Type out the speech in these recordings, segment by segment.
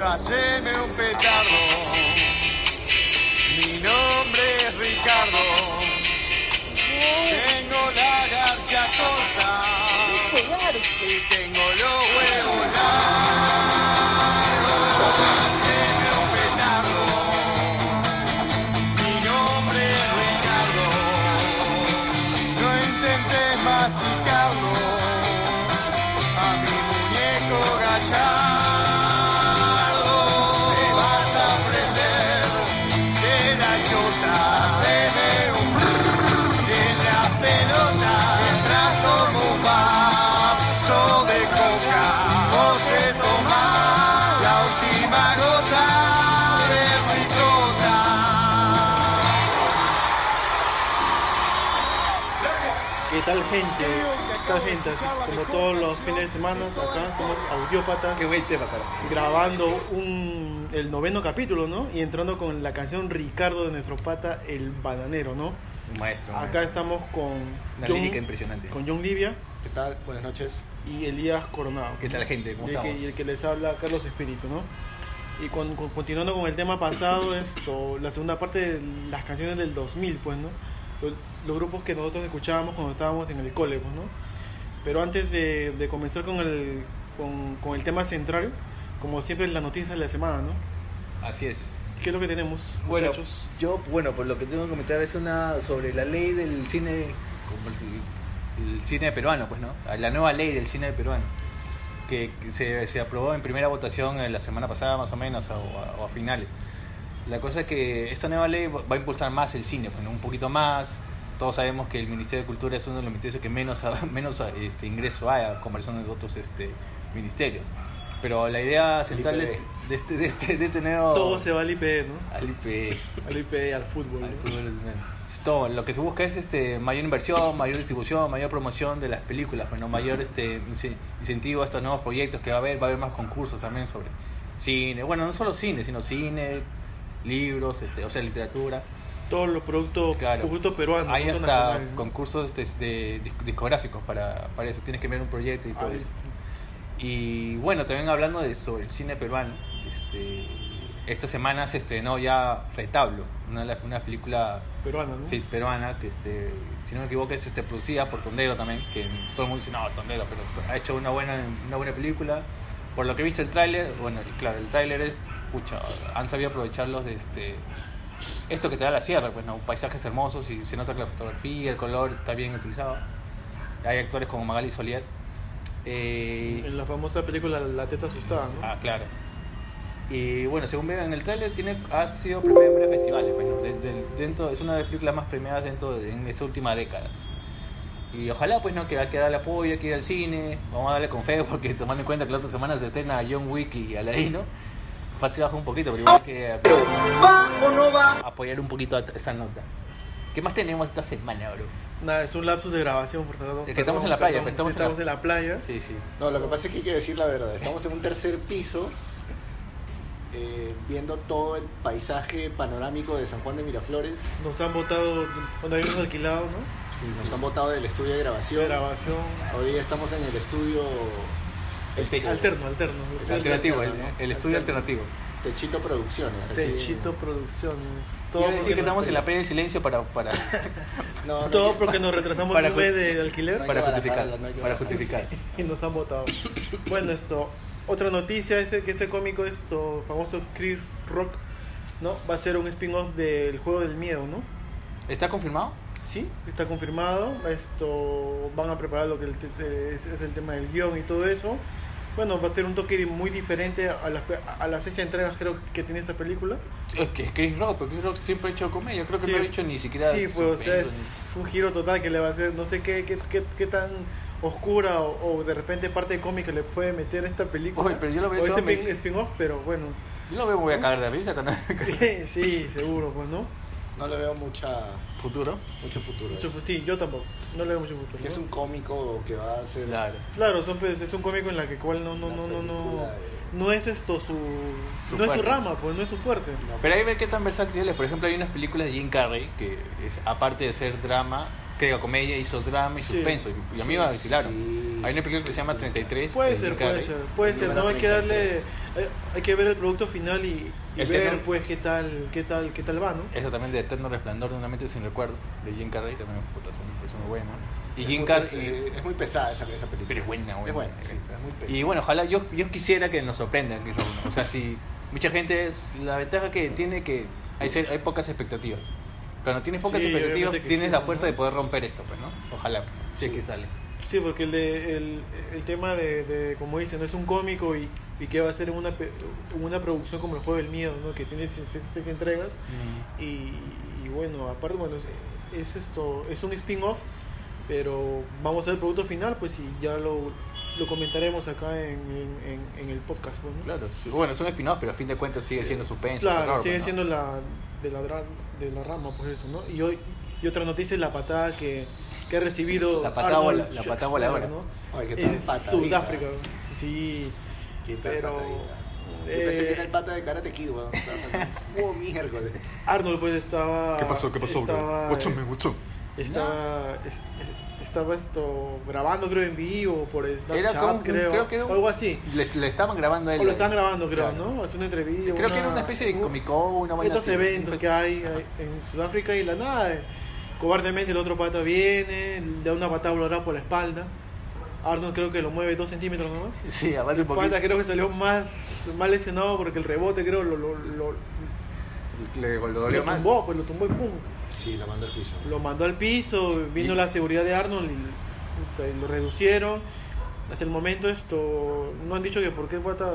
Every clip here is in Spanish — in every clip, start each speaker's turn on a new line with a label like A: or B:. A: Haceme un petardo. Mi nombre es Ricardo. Tengo la garcha corta. Y tengo los huevos largos. Haceme un petardo. Mi nombre es Ricardo. No intentes masticarlo. A mi muñeco gallardo. Te vas a prender de la chota. Haceme un en la pelota entras como un vaso de coca porque tomás la última gota de ricota.
B: ¿Qué tal gente? ¿Qué tal gente? Así como todos los fines de semana, acá somos audiópatas. Qué buen tema, Grabando un, el noveno capítulo, ¿no? Y entrando con la canción Ricardo de nuestro pata, El Bananero, ¿no?
C: Un maestro. un
B: Acá estamos con
C: Una lírica impresionante.
B: con John Livia
D: ¿Qué tal? Buenas noches.
B: y Elías Coronado.
C: ¿Qué tal, gente? ¿Cómo
B: Y el que,
C: estamos?
B: y el que les habla, Carlos Espíritu, ¿no? Y con- con- continuando con el tema pasado, esto, la segunda parte de las canciones del 2000, pues, ¿no? Los, los grupos que nosotros escuchábamos cuando estábamos en el cole, pues, ¿no? Pero antes de, de comenzar con el, con, con el tema central, como siempre, las noticias de la semana, ¿no?
C: Así es.
B: ¿Qué es lo que tenemos,
C: Bueno,
B: muchachos?
C: yo, bueno, pues lo que tengo que comentar es una sobre la ley del cine, como el, el cine peruano, pues, ¿no? La nueva ley del cine peruano, que, que se, se aprobó en primera votación en la semana pasada, más o menos, o a, o a finales. La cosa es que esta nueva ley va va a impulsar más el cine, pues, ¿no? un poquito más. Todos sabemos que el Ministerio de Cultura es uno de los ministerios que menos, menos este, ingreso hay a comparación de otros este, ministerios. Pero la idea central de, de este, de, este, de este nuevo...
B: Todo se va al IPE, ¿no?
C: Al IP.
B: Al IPE, al fútbol.
C: Al
B: ¿no?
C: fútbol nacional. Todo, lo que se busca es este mayor inversión, mayor distribución, mayor promoción de las películas, bueno, mayor este ince- incentivo a estos nuevos proyectos que va a haber, va a haber más concursos también sobre cine, bueno, no solo cine, sino cine, libros, este, o sea, literatura.
B: Todos los productos,
C: Claro.
B: productos peruanos,
C: Hay
B: productos
C: hasta
B: nacionales, ¿no?
C: concursos de, de disc- discográficos para, para eso, tienes que ver un proyecto y
B: Ah,
C: todo eso.
B: listo.
C: Y bueno, también hablando de, sobre el cine peruano, este, esta semana se estrenó ya Retablo, una, de las- una película
B: Peruana, ¿no?
C: sí, peruana, que este, si no me equivoco es este, producida por Tondero también, que todo el mundo dice, no, Tondero, pero ha hecho una buena, una buena película. Por lo que viste el tráiler, bueno, y claro, el tráiler es, pucha, han sabido aprovechar los de este, esto que te da la sierra, pues, ¿no? paisajes hermosos y se nota que la fotografía, el color está bien utilizado. Hay actores como Magali Solier. Eh,
B: En la famosa película La teta asustada, ¿no?
C: Ah, claro. Y bueno, según veo en el tráiler, tiene ha sido premiada en varios festivales. Bueno, de- del- dentro, es una de las películas más premiadas dentro de, en esta última década. Y ojalá, pues, no, que va a quedar el apoyo, hay que ir al cine. Vamos a darle con fe, porque tomando en cuenta que la otra semana se estrena John Wick y Aladino, fácil baja un poquito, pero igual hay que
A: ¿Va o no va?
C: apoyar un poquito a esa nota. ¿Qué más tenemos esta semana, bro?
B: Nada, es un lapsus de grabación, por favor.
C: Es que estamos en la playa,
B: perdón,
C: estamos
B: sí,
C: en la-
B: estamos en la playa.
C: Sí, sí.
D: No, lo que pasa es que hay que decir la verdad. Estamos en un tercer piso eh, viendo todo el paisaje panorámico de San Juan de Miraflores.
B: Nos han botado, cuando habíamos alquilado, ¿no?
D: Nos han botado del estudio de
B: De
D: grabación.
B: grabación.
D: Hoy día estamos en el estudio este,
C: El techo.
B: Alterno, alterno.
C: El alternativo, el, el estudio alternativo.
D: Techito Producciones. aquí en-
B: Techito Producciones.
C: Todo decir
B: porque
C: que
B: nos-
C: estamos en la playa de silencio para, para,
D: No, no,
B: Todo porque nos retrasamos
C: Para
B: un mes
C: ju-
B: de alquiler
D: Hay
C: para
D: que
C: justificar,
D: barajarla, no hay que
C: para
D: barajarla.
C: justificar.
B: y nos han botado. Bueno, esto, otra noticia es que ese cómico, esto, famoso Chris Rock, ¿no? Va a ser un spin-off del juego del miedo, ¿no?
C: ¿Está confirmado?
B: Sí, está confirmado. Esto van a preparar lo que el te- es, es el tema del guión y todo eso. Bueno, va a ser un toque muy diferente a las, pe- a las seis entregas creo que tiene esta película.
C: Es que es Chris Rock, pero Chris Rock siempre ha hecho comedia. Creo que
B: Sí.
C: no ha hecho ni siquiera.
B: sí, pues o sea,
C: suspenso,
B: es un giro total que le va a hacer. No sé qué, qué, qué, qué tan oscura o, o de repente parte cómica le puede meter esta película.
C: Oye, pero yo lo veo
B: o este
C: zombie.
B: pin- spin-off, pero bueno.
C: Yo lo veo, me voy a caer de risa con el
B: sí, seguro, pues, ¿no?
D: No le veo mucha,
C: futuro.
D: mucho futuro. a
B: Mucho
D: eso.
B: fu- sí, yo tampoco. No le veo mucho gusto.
D: Que es un cómico que va a ser.
C: Claro.
B: Claro, son, pues, es un cómico en la que cual no, no,
D: Una
B: no, no, no.
D: película de-
B: No es esto su.
C: Su
B: no es su
C: fuerte.
B: rama, pues, no es su fuerte.
C: Pero ahí ver qué tan versátil es. Por ejemplo, hay unas películas de Jim Carrey que, es, aparte de ser drama, que digo, comedia, hizo drama y
B: Sí.
C: suspenso. y- Y a mí me vacilaron.
D: Sí.
C: Hay una película que se llama 33.
B: Puede
C: de Jim
B: ser, puede
C: Carrey.
B: ser, puede ser. No hay que darle. Hay, hay que ver el producto final y, y
C: El
B: ver,
C: tema-
B: pues, qué tal, qué tal, qué tal va, ¿no?
C: Esa también de Eterno Resplandor de una mente sin recuerdo, de Jim Carrey, también puta, también me pareció muy buena. Y
D: Es
C: Jim
D: muy-
C: Carrey...
D: eh, Es muy pesada esa, esa película.
C: Pero es buena, buena. eh.
D: Es buena, sí, pero es muy pesada.
C: Y bueno, ojalá yo, yo quisiera que nos sorprendan. que son- O sea, si mucha gente es la ventaja que tiene que hay, ser- hay pocas expectativas. Cuando tienes pocas
B: Sí,
C: expectativas,
B: obviamente que
C: tienes
B: sí,
C: la
B: ¿no?
C: fuerza de poder romper esto, pues, ¿no? Ojalá, si es
D: Sí.
C: que sale.
B: Sí, porque el, de- el, el tema de, de, como dicen, es un cómico y, y que va a ser en una, pe- en una producción como el Juego del Miedo, ¿no? Que tiene seis, seis- seis entregas y, y bueno, aparte, bueno, es- es esto, es un spin-off, pero vamos a ver el producto final, pues y ya lo, lo comentaremos acá en, en, en- en el podcast, pues, ¿no?
C: Claro, sí. bueno, es un spin-off, pero a fin de cuentas sigue siendo suspenso.
B: Claro,
C: terror,
B: sigue
C: pues, ¿no?
B: siendo la de la, dra- de la rama, pues eso, ¿no? Y hoy y otra noticia es la patada que, que ha recibido
C: La patada
B: Arnold
C: vola- la patada
B: Schwarzenegger,
C: voladora.
D: Ay, qué
B: En
D: tan patadita.
B: Sudáfrica. Sí,
D: Qué tan
B: pero
D: patadita. Yo
B: eh,
D: pensé que era el pata de Karate Kid, weón. O sea, ¡Fue miércoles!
B: Arnold pues estaba
C: ¿Qué pasó? ¿Qué pasó? bro?
B: Estaba,
C: What's up, man? What's up?
B: estaba, es- es- estaba esto grabando creo en vivo por
C: Era
B: Snapchat,
C: como,
B: creo,
C: creo, que era un-
B: algo así.
C: Le, le estaban grabando a él.
B: O lo están grabando, creo,
C: Claro.
B: ¿no? Hace una entrevista.
C: Creo que era una especie de
B: un-
C: Comic Con, una vaina
B: estos
C: así.
B: eventos que hay hay en Sudáfrica y la nada, eh, cobardemente el otro pata viene, le da una patada voladora por la espalda. Arnold creo que lo mueve dos centímetros nomás.
C: Sí, aparte un
B: El
C: poquito.
B: pata creo que salió más, más lesionado porque el rebote creo lo, lo, lo,
C: Le, le
B: lo
C: dolió más.
B: tumbó, pues lo tumbó y pum.
D: Sí, lo mandó al piso.
B: Lo mandó al piso, vino
C: Y-
B: la seguridad de Arnold y puta, y lo reducieron. Hasta el momento esto no han dicho que por qué el pata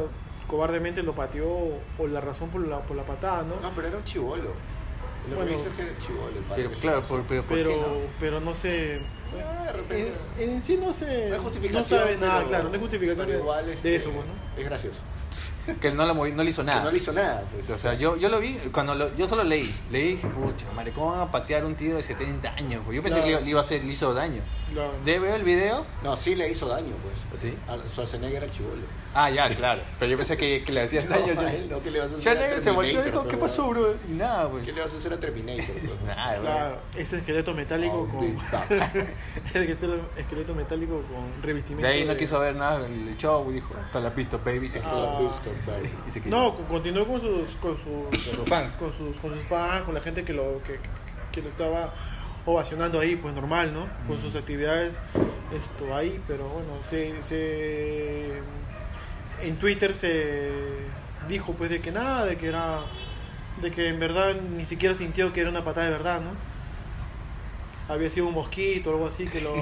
B: cobardemente lo pateó o, o la razón por la, por la patada, ¿no?
D: No, pero era un chivolo. Lo
B: Bueno.
D: que dice es que era chivolo el pata.
C: Pero
D: que se
C: claro,
D: pasó.
C: por- pero, ¿por qué
B: pero
C: no?
B: pero no sé
D: Ah, de repente.
B: en, en sí no sé
D: No
B: no,
D: es justificación.
B: sabe nada
D: pero-
B: claro no es justificación
D: pero
B: de,
D: igual,
B: de
D: este,
B: eso pues, no
D: Es gracioso.
C: Que él no, lo movi- no le hizo
D: Que
C: nada.
D: No le hizo nada. pues.
C: Ah. O sea, yo, yo lo vi, cuando lo- yo solo leí, leí dije, pucha, madre, ¿cómo van a patear un tío de 70 años? Yo pensé
B: Claro.
C: que le, iba- le iba a hacer, le hizo daño.
B: Claro.
C: De veo el video,
D: No, sí le hizo daño, pues.
C: ¿Ah, ¿Sí?
D: A Schwarzenegger era chivolo.
C: ah, ya, claro. Pero yo pensé que, que le hacían
D: No,
C: daño.
D: a
C: Yo-
D: él no, ¿qué le vas a hacer?
C: Schwarzenegger se
D: Terminator,
C: volvió y dijo,
D: pero
C: ¿qué
D: bueno.
C: pasó, bro? Y nada, pues.
D: ¿Qué le vas a hacer a Terminator? pues?
C: Nada, bro.
B: claro ese esqueleto metálico con
D: ¿Dónde está?
B: el esqueleto- esqueleto metálico con revestimiento
C: De ahí no quiso ver nada, el show y dijo, hasta la pista, baby. Se
D: Esto la Booster, baby.
C: y se quedó.
B: no con- continuó con sus con sus
C: Con sus fans.
B: con sus con sus fans con la gente que lo que, que- que lo estaba ovacionando ahí pues normal no con sus actividades esto ahí pero bueno se, se en Twitter se dijo pues de que nada de que era de que en verdad ni siquiera sintió que era una patada de verdad no había sido un mosquito o algo así que lo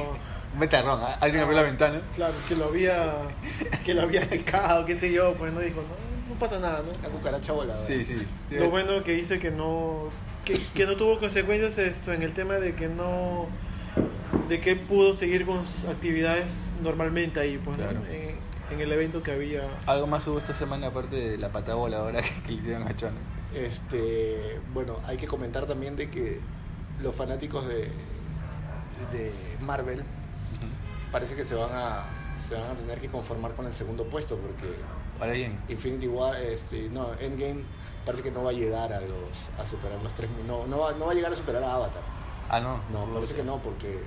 C: Un metarrón, ¿ah? alguien abrió la ventana.
B: claro que lo había que lo había picado qué sé yo pues no dijo no no pasa nada no
D: Una cucaracha voladora.
C: Sí, sí.
B: lo bueno que dice que no que, que no tuvo consecuencias esto en el tema de que no de que pudo seguir con sus actividades normalmente ahí pues ¿no?
C: Claro.
B: en, en el evento que había
C: Algo más hubo esta semana aparte de la pata voladora que, que le hicieron a Chon.
D: Este, bueno, hay que comentar también de que los fanáticos de, de Marvel parece que se van a se van a tener que conformar con el segundo puesto porque
C: Ahora bien,
D: Infinity War, este, no, Endgame parece que no va a llegar a los a superar los tres, mil- no, no va, no va a llegar a superar a Avatar.
C: ah, no.
D: No, parece que no porque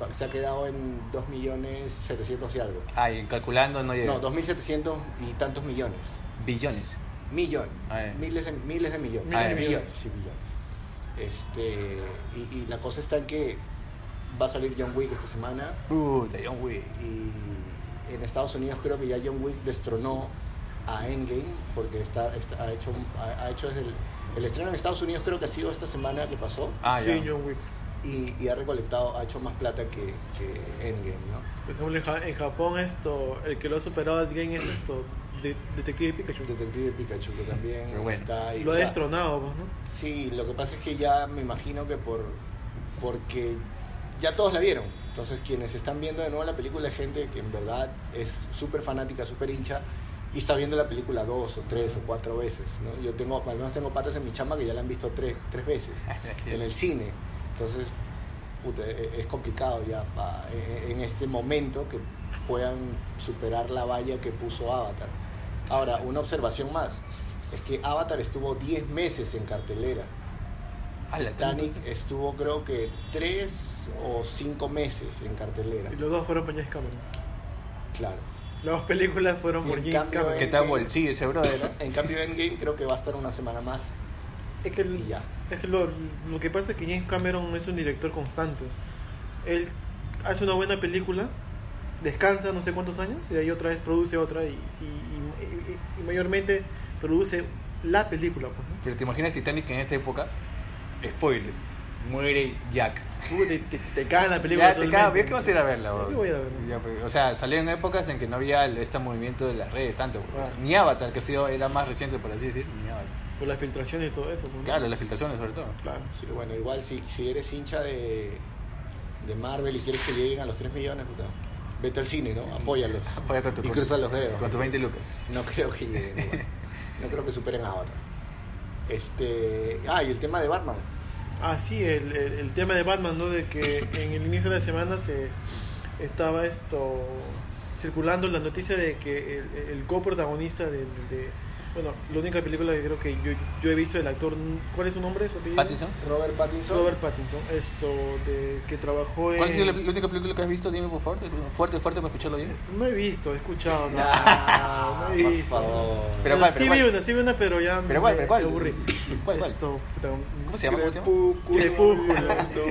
D: va- se ha quedado en 2 millones 700 y algo.
C: Ah, y calculando no llega.
D: No, 2700 y tantos millones.
C: Billones.
D: Millón.
C: Ah, ya.
D: Miles de, miles de millones.
B: Miles de millones.
D: millones. sí, millones. Este, y, y la cosa está en que va a salir John Wick esta semana
C: Uh, de John Wick.
D: y en Estados Unidos creo que ya John Wick destronó a Endgame porque está, está- ha hecho, ha, ha hecho desde el, el estreno en Estados Unidos creo que ha sido esta semana que pasó
C: Ah, ya.
B: sí, John Wick.
D: y, y ha recolectado, ha hecho más plata que, que Endgame, ¿no?
B: por ejemplo en, Ja- en Japón esto el que lo ha superado al game es esto de- Detective Pikachu
D: Detective Pikachu que también
C: Pero bueno.
D: está ahí.
B: lo
D: O
B: ha
D: sea,
B: destronado pues, no
D: Sí, lo que pasa es que ya me imagino que por porque ya todos la vieron. Entonces, quienes están viendo de nuevo la película es gente que en verdad es súper fanática, súper hincha y está viendo la película dos o tres o cuatro veces. ¿no? Yo tengo, al menos tengo patas en mi chamba que ya la han visto tres, tres veces en el cine. Entonces, puta, e- es complicado ya pa- e- en este momento que puedan superar la valla que puso Avatar. Ahora, una observación más. Es que Avatar estuvo 10 meses en cartelera.
C: Ala,
D: Titanic estuvo creo que 3 o 5 meses en cartelera.
B: Y los dos fueron por James Cameron.
D: Claro.
B: Las dos películas fueron
D: Y
B: por
D: en
B: James
D: cambio,
B: Cameron.
C: ¿Qué tal bolsillo ese brother?
D: En cambio Endgame creo que va a estar una semana más.
B: Es que, el-
D: Y ya.
B: es que lo, lo que pasa es que James Cameron es un director constante. Él hace una buena película, descansa no sé cuántos años y de ahí otra vez produce otra y, y, y- y- y mayormente produce la película. Pues, ¿no?
C: Pero te imaginas Titanic en esta época? Spoiler. Muere Jack.
B: Tú te, te, te cagan la película.
C: Ya, te cago, ¿ves que vas a ir a verla,
B: Yo
C: bro?
B: voy a ir a verla.
C: Ya, pues, O sea, salieron épocas en que no había el- este movimiento de las redes tanto. bro. O sea,
B: Ah.
C: Ni Avatar, que ha sido, era más reciente, por así decir. Ni Avatar.
B: Por las filtraciones y todo eso. pues, ¿no?
C: Claro, las filtraciones, sobre todo.
B: Claro.
D: Sí, bueno, igual si, si eres hincha de, de Marvel y quieres que lleguen a los 3 millones, puta, vete al cine, ¿no? Apóyalos.
C: Apóyate con tu-
D: y cruza los dedos.
C: Con tus 20 lucas.
D: No creo que lleguen. igual. No creo que superen a Avatar. Este, ah, y el tema de Batman.
B: Ah, sí, el, el- el tema de Batman, ¿no? De que en el inicio de la semana se estaba esto circulando la noticia de que el, el coprotagonista de, de- bueno, la única película que creo que yo, yo he visto del actor, ¿cuál es su nombre? ¿Su apellido?
C: ¿Pattinson?
D: Robert Pattinson.
B: Robert Pattinson, esto de que trabajó en
C: ¿Cuál ha sido la, la única película que has visto? Dime por favor, fuerte, fuerte para escucharlo bien.
B: No he visto, he escuchado, no,
D: Ah,
B: no he
D: por
B: visto.
D: favor.
C: Pero
B: Pero
C: cuál,
B: sí
C: pero
B: vi
C: cuál.
B: una, sí vi una, pero ya
C: Pero cuál,
B: me-
C: pero cuál.
B: me aburrí.
C: ¿Cuál, cuál?
B: Esto, puta,
C: ¿Cómo se llama? ¿Cómo se llama?
B: Crepúsculo.
D: Crepúsculo.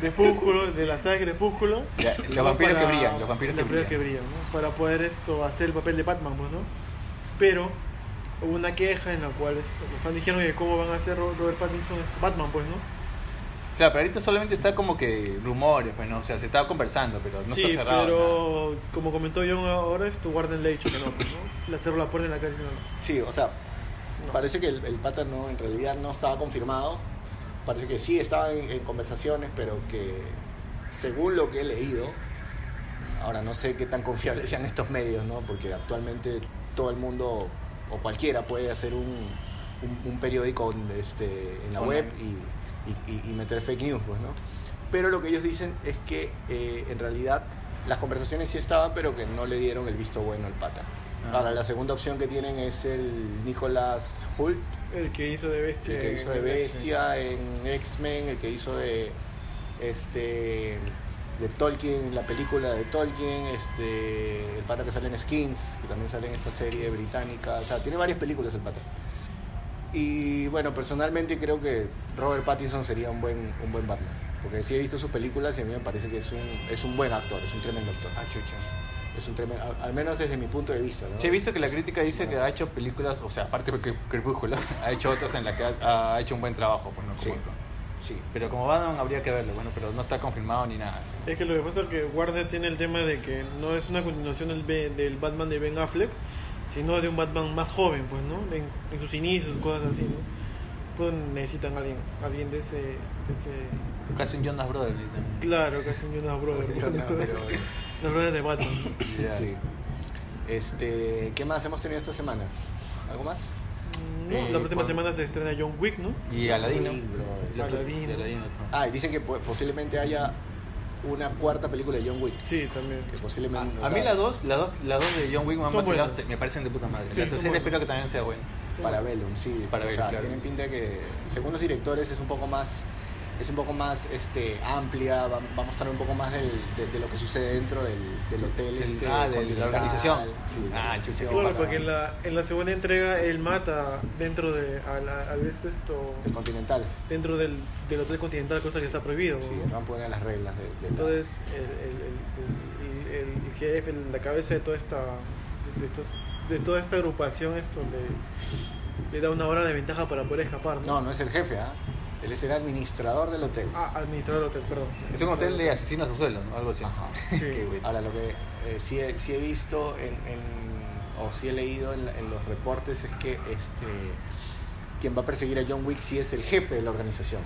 B: Crepúsculo, de la saga Crepúsculo.
C: Ya, los
B: ¿no?
C: vampiros
B: Para-
C: que brillan, los vampiros que brillan.
B: ¿no? Para poder esto hacer el papel de Batman, pues, ¿no? Pero hubo una queja en la cual esto, los fans dijeron que cómo van a hacer Ro- Robert Pattinson esto, Batman, pues, ¿no?
C: Claro, pero ahorita solamente está como que rumores, pues, ¿no? o sea, se estaba conversando, pero no
B: sí,
C: está cerrado. nada.
B: pero como comentó John ahora, esto Warden le ha dicho que no, pues, ¿no? Le cerró la puerta en la cara y dijo, no.
D: Sí, o sea, parece que el, el pata no, en realidad no estaba confirmado. Parece que sí estaba en, en conversaciones, pero que según lo que he leído, ahora no sé qué tan confiables sean estos medios, ¿no? Porque actualmente todo el mundo o cualquiera puede hacer un, un- un periódico en, este, en la
C: Online.
D: web y, y- y- y meter fake news, pues, ¿no? Pero lo que ellos dicen es que eh, en realidad las conversaciones sí estaban, pero que no le dieron el visto bueno al pata.
C: Ah.
D: Ahora, la segunda opción que tienen es el Nicolas Hult,
B: El que hizo de bestia.
D: el que hizo de
B: en X-Men.
D: Bestia en X-Men, el que hizo de este de Tolkien, la película de Tolkien, este el pata que sale en Skins, que también sale en esta serie británica, o sea, tiene varias películas el pata. Y bueno, personalmente creo que Robert Pattinson sería un buen un buen Batman, porque sí he visto sus películas y a mí me parece que es un es un buen actor, es un tremendo actor.
C: Ah, chucha.
D: Es un tremendo, al- al menos desde mi punto de vista, ¿no?
C: Sí, he visto que la crítica dice que ha hecho películas, o sea, aparte de Cre- Crepúsculo, ha hecho otras en las que ha, ha hecho un buen trabajo, pues, ¿no? Como
D: Sí.
C: esto.
D: Sí.
C: Pero como Batman habría que verlo, bueno, pero no está confirmado ni nada.
B: Es que lo que pasa es que Warner tiene el tema de que no es una continuación del, B- del Batman de Ben Affleck, sino de un Batman más joven, pues, ¿no? En, en sus inicios, cosas así, ¿no? Pues necesitan a alguien, alguien de ese... De ese...
C: Casi un Jonas Brothers. ¿no?
B: Claro, casi un Jonas Brothers.
D: Yo no, pero-
B: Los brothers de Batman. ¿no?
C: Ya.
D: Sí. Este, ¿qué más hemos tenido esta semana? ¿Algo más?
B: No,
C: Eh,
B: la próxima
C: con-
B: semana se estrena John Wick, ¿no?
C: Y Aladino.
D: Uy, brother.
C: Y otros-
B: Aladino.
C: y Aladino, otro.
D: Ah, y dicen que po- posiblemente haya una cuarta película de John Wick.
B: Sí, también.
D: Que pues, posiblemente, o
C: Ah, A
D: sea,
C: mí las dos, las dos, las dos de John Wick me han
B: Son
C: vacilado,
B: buenas.
C: me parecen de puta madre.
B: Sí,
C: la
B: son
C: tercera
B: buenas.
C: espero que también sea buena.
D: Para Bellum, sí.
C: Para
D: o
C: Bellum,
D: sea,
C: claro.
D: Tienen pinta de que, según los directores, es un poco más, es un poco más este, amplia, va, va a mostrar un poco más del- de, de lo que sucede dentro del, del hotel.
C: Del-
D: este,
C: ah, de la
D: continental.
C: organización.
D: Sí, de la
C: Ah,
D: organización,
B: Claro,
D: para-
B: porque en la, en la segunda entrega él mata dentro de... Al, al- es este, esto...
D: del continental.
B: Dentro del, del Hotel Continental, cosa que está prohibido.
D: Sí,
B: ¿no?
D: el van a poner las reglas de, de la-
B: Entonces, el, el, el, el, el- el jefe, el- la cabeza de toda esta, de, estos, de toda esta agrupación, esto le, le da una hora de ventaja para poder escapar.
D: No,
B: No,
D: no es el jefe, ¿ah? Él es el administrador del hotel.
B: Ah, administrador del hotel, perdón.
C: Es un hotel de asesinos a sueldo, ¿no? algo así.
D: Ajá.
B: Sí.
C: Este, Qué bueno.
D: Ahora, lo que eh, sí, he, sí he visto en, en- o sí he leído en, la- en los reportes es que este, quien va a perseguir a John Wick sí es el jefe de la organización.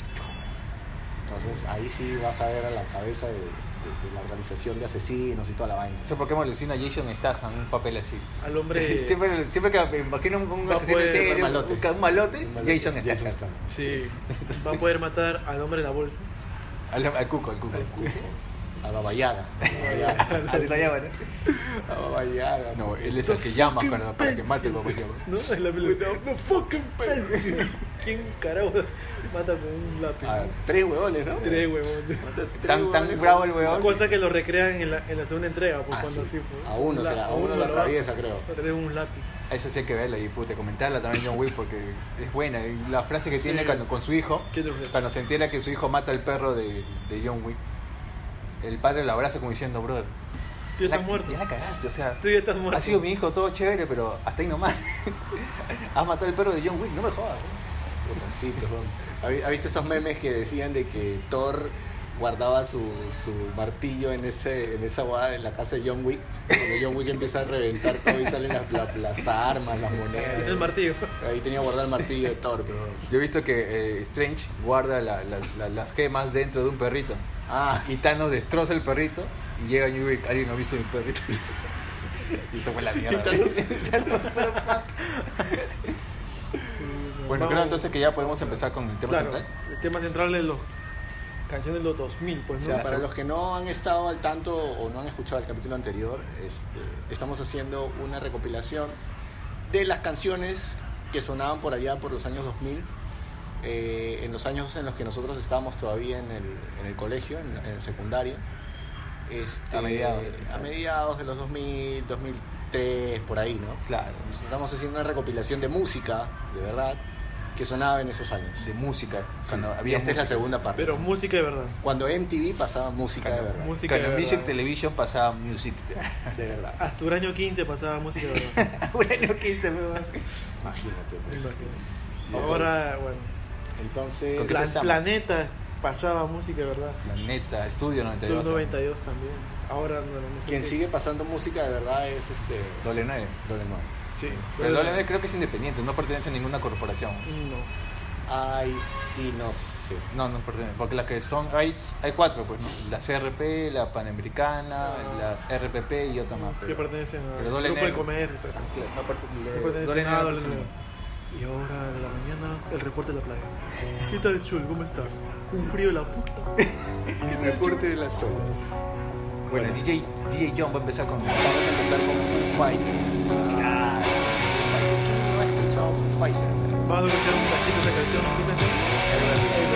D: Entonces ahí sí vas a ver a la cabeza de, de- de la organización de asesinos y toda la vaina.
C: No sé por qué me alucina Jason Statham en un papel así.
B: Al hombre.
C: Siempre, siempre que me imagino un, un
B: Va a
C: asesino en
B: poder-
C: serie, un
D: malote.
C: malote, un malote,
D: Un malote,
C: Jason Statham.
B: Sí. Va a poder matar al hombre de la bolsa.
C: Al, al cuco, al cuco.
D: A Babayada.
C: Así lo llaman,
D: A Babayada.
C: ¿no? No, él es el que llama para, para que mate el papá.
B: ¿No? Es la película. No fucking pencil. ¿Quién carajo mata con un lápiz?
D: A ver, tres huevones, ¿no?
B: Tres huevón.
C: Tan, tan bravo el
B: Una
C: weón.
B: Cosa que lo recrean en la, en la segunda entrega, pues
D: Ah,
B: cuando
D: sí.
B: así, pues,
D: A uno
B: la-
D: será, a uno lo
B: lo
D: atraviesa,
B: baja,
D: creo.
B: lo atraviesa un lápiz.
C: Eso sí hay que verla y puta, comentarla también John Wick porque es buena. Y La frase que tiene
B: Sí.
C: cuando, con su hijo,
B: Qué tristeza.
C: cuando se entera que su hijo mata al perro de, de John Wick, el padre lo abraza como diciendo, brother.
B: Tú ya
C: la-
B: estás muerto.
C: Ya la cagaste, o sea.
B: Tú ya estás muerto.
C: Ha sido mi hijo todo chévere, pero hasta ahí nomás. Has matado al perro de John Wick, no me jodas. ¿eh?
D: Puta, sí, perdón. ¿Ha vi- ¿Ha visto esos memes que decían de que Thor guardaba su, su martillo en
B: Eh,
D: ese en esa guada en la casa de John Wick? Cuando John Wick empieza a reventar todo y salen las, la- las armas, las monedas.
B: El martillo.
D: Ahí tenía guardado el martillo de Thor, pero...
C: Yo he visto que eh, Strange guarda la- la- la- las gemas dentro de un perrito.
D: Ah,
C: Y Thanos destroza el perrito y llega John Wick, alguien no ha visto mi perrito. y se fue la mierda. bueno, creo
B: Vamos.
C: entonces que ya podemos empezar con el tema
B: Claro,
C: central.
B: el tema central de los canciones de los 2000, pues
D: O
B: no.
D: sea, para los que no han estado al tanto o no han escuchado el capítulo anterior, este, estamos haciendo una recopilación de las canciones que sonaban por allá por los años 2000, eh, en los años en los que nosotros estábamos todavía en el, en el colegio, en, en el secundario. Este,
C: A mediados.
D: a mediados de los 2000, 2003, por ahí, ¿no?
C: Claro,
D: Estamos haciendo una recopilación de música, de verdad, que sonaba en esos años.
C: de música. Cuando
D: Y
C: había
D: esta es la
C: música.
D: segunda parte.
B: Pero música de verdad.
D: Cuando MTV pasaba música de verdad.
B: Música
C: Cuando
B: de
C: Music
B: verdad.
C: Television pasaba Music.
D: De verdad.
B: Hasta un año 15 pasaba música de verdad.
C: Un año 15, me va.
D: Imagínate.
B: me
D: pues.
B: imagino. Ahora, bueno,
D: Entonces.
C: ¿Con qué
B: Plan-
C: se llama?
B: Planeta pasaba música de verdad.
C: Planeta, Estudio
B: Estudio
C: 92.
B: 92 también. Ahora, bueno, no sé.
D: Quien
B: qué-
D: sigue pasando música de verdad es este.
C: Doble 9.
D: Doble Nueve.
B: Sí.
C: Pero el Doble 9 creo que es independiente, no pertenece a ninguna corporación.
B: No.
D: Ay, sí, no sé.
C: No, no pertenece, porque las que son, hay, hay cuatro, pues, ¿no? Las RP, la Panamericana,
B: Ah.
C: las RPP y otra más.
B: Que
C: pero-
B: pertenecen a
C: pero Dole
B: Grupo de
C: Negro.
B: Comercio. todo eso.
D: No
B: No pertenecen
C: Dole
B: a nada,
C: Negro,
B: Dole
C: sí.
B: Negro. Y ahora de la mañana, el reporte de la playa.
D: Oh.
B: ¿Qué tal, Chul? ¿Cómo está? Un frío de la puta.
D: El reporte de las horas.
C: Bueno, DJ, DJ John va a empezar con...
D: Vamos a empezar con Foo Fighters. ¿Quién no ha escuchado Foo Fighters?
B: Vamos a escuchar un cachito de esta canción. ¿Qué canción?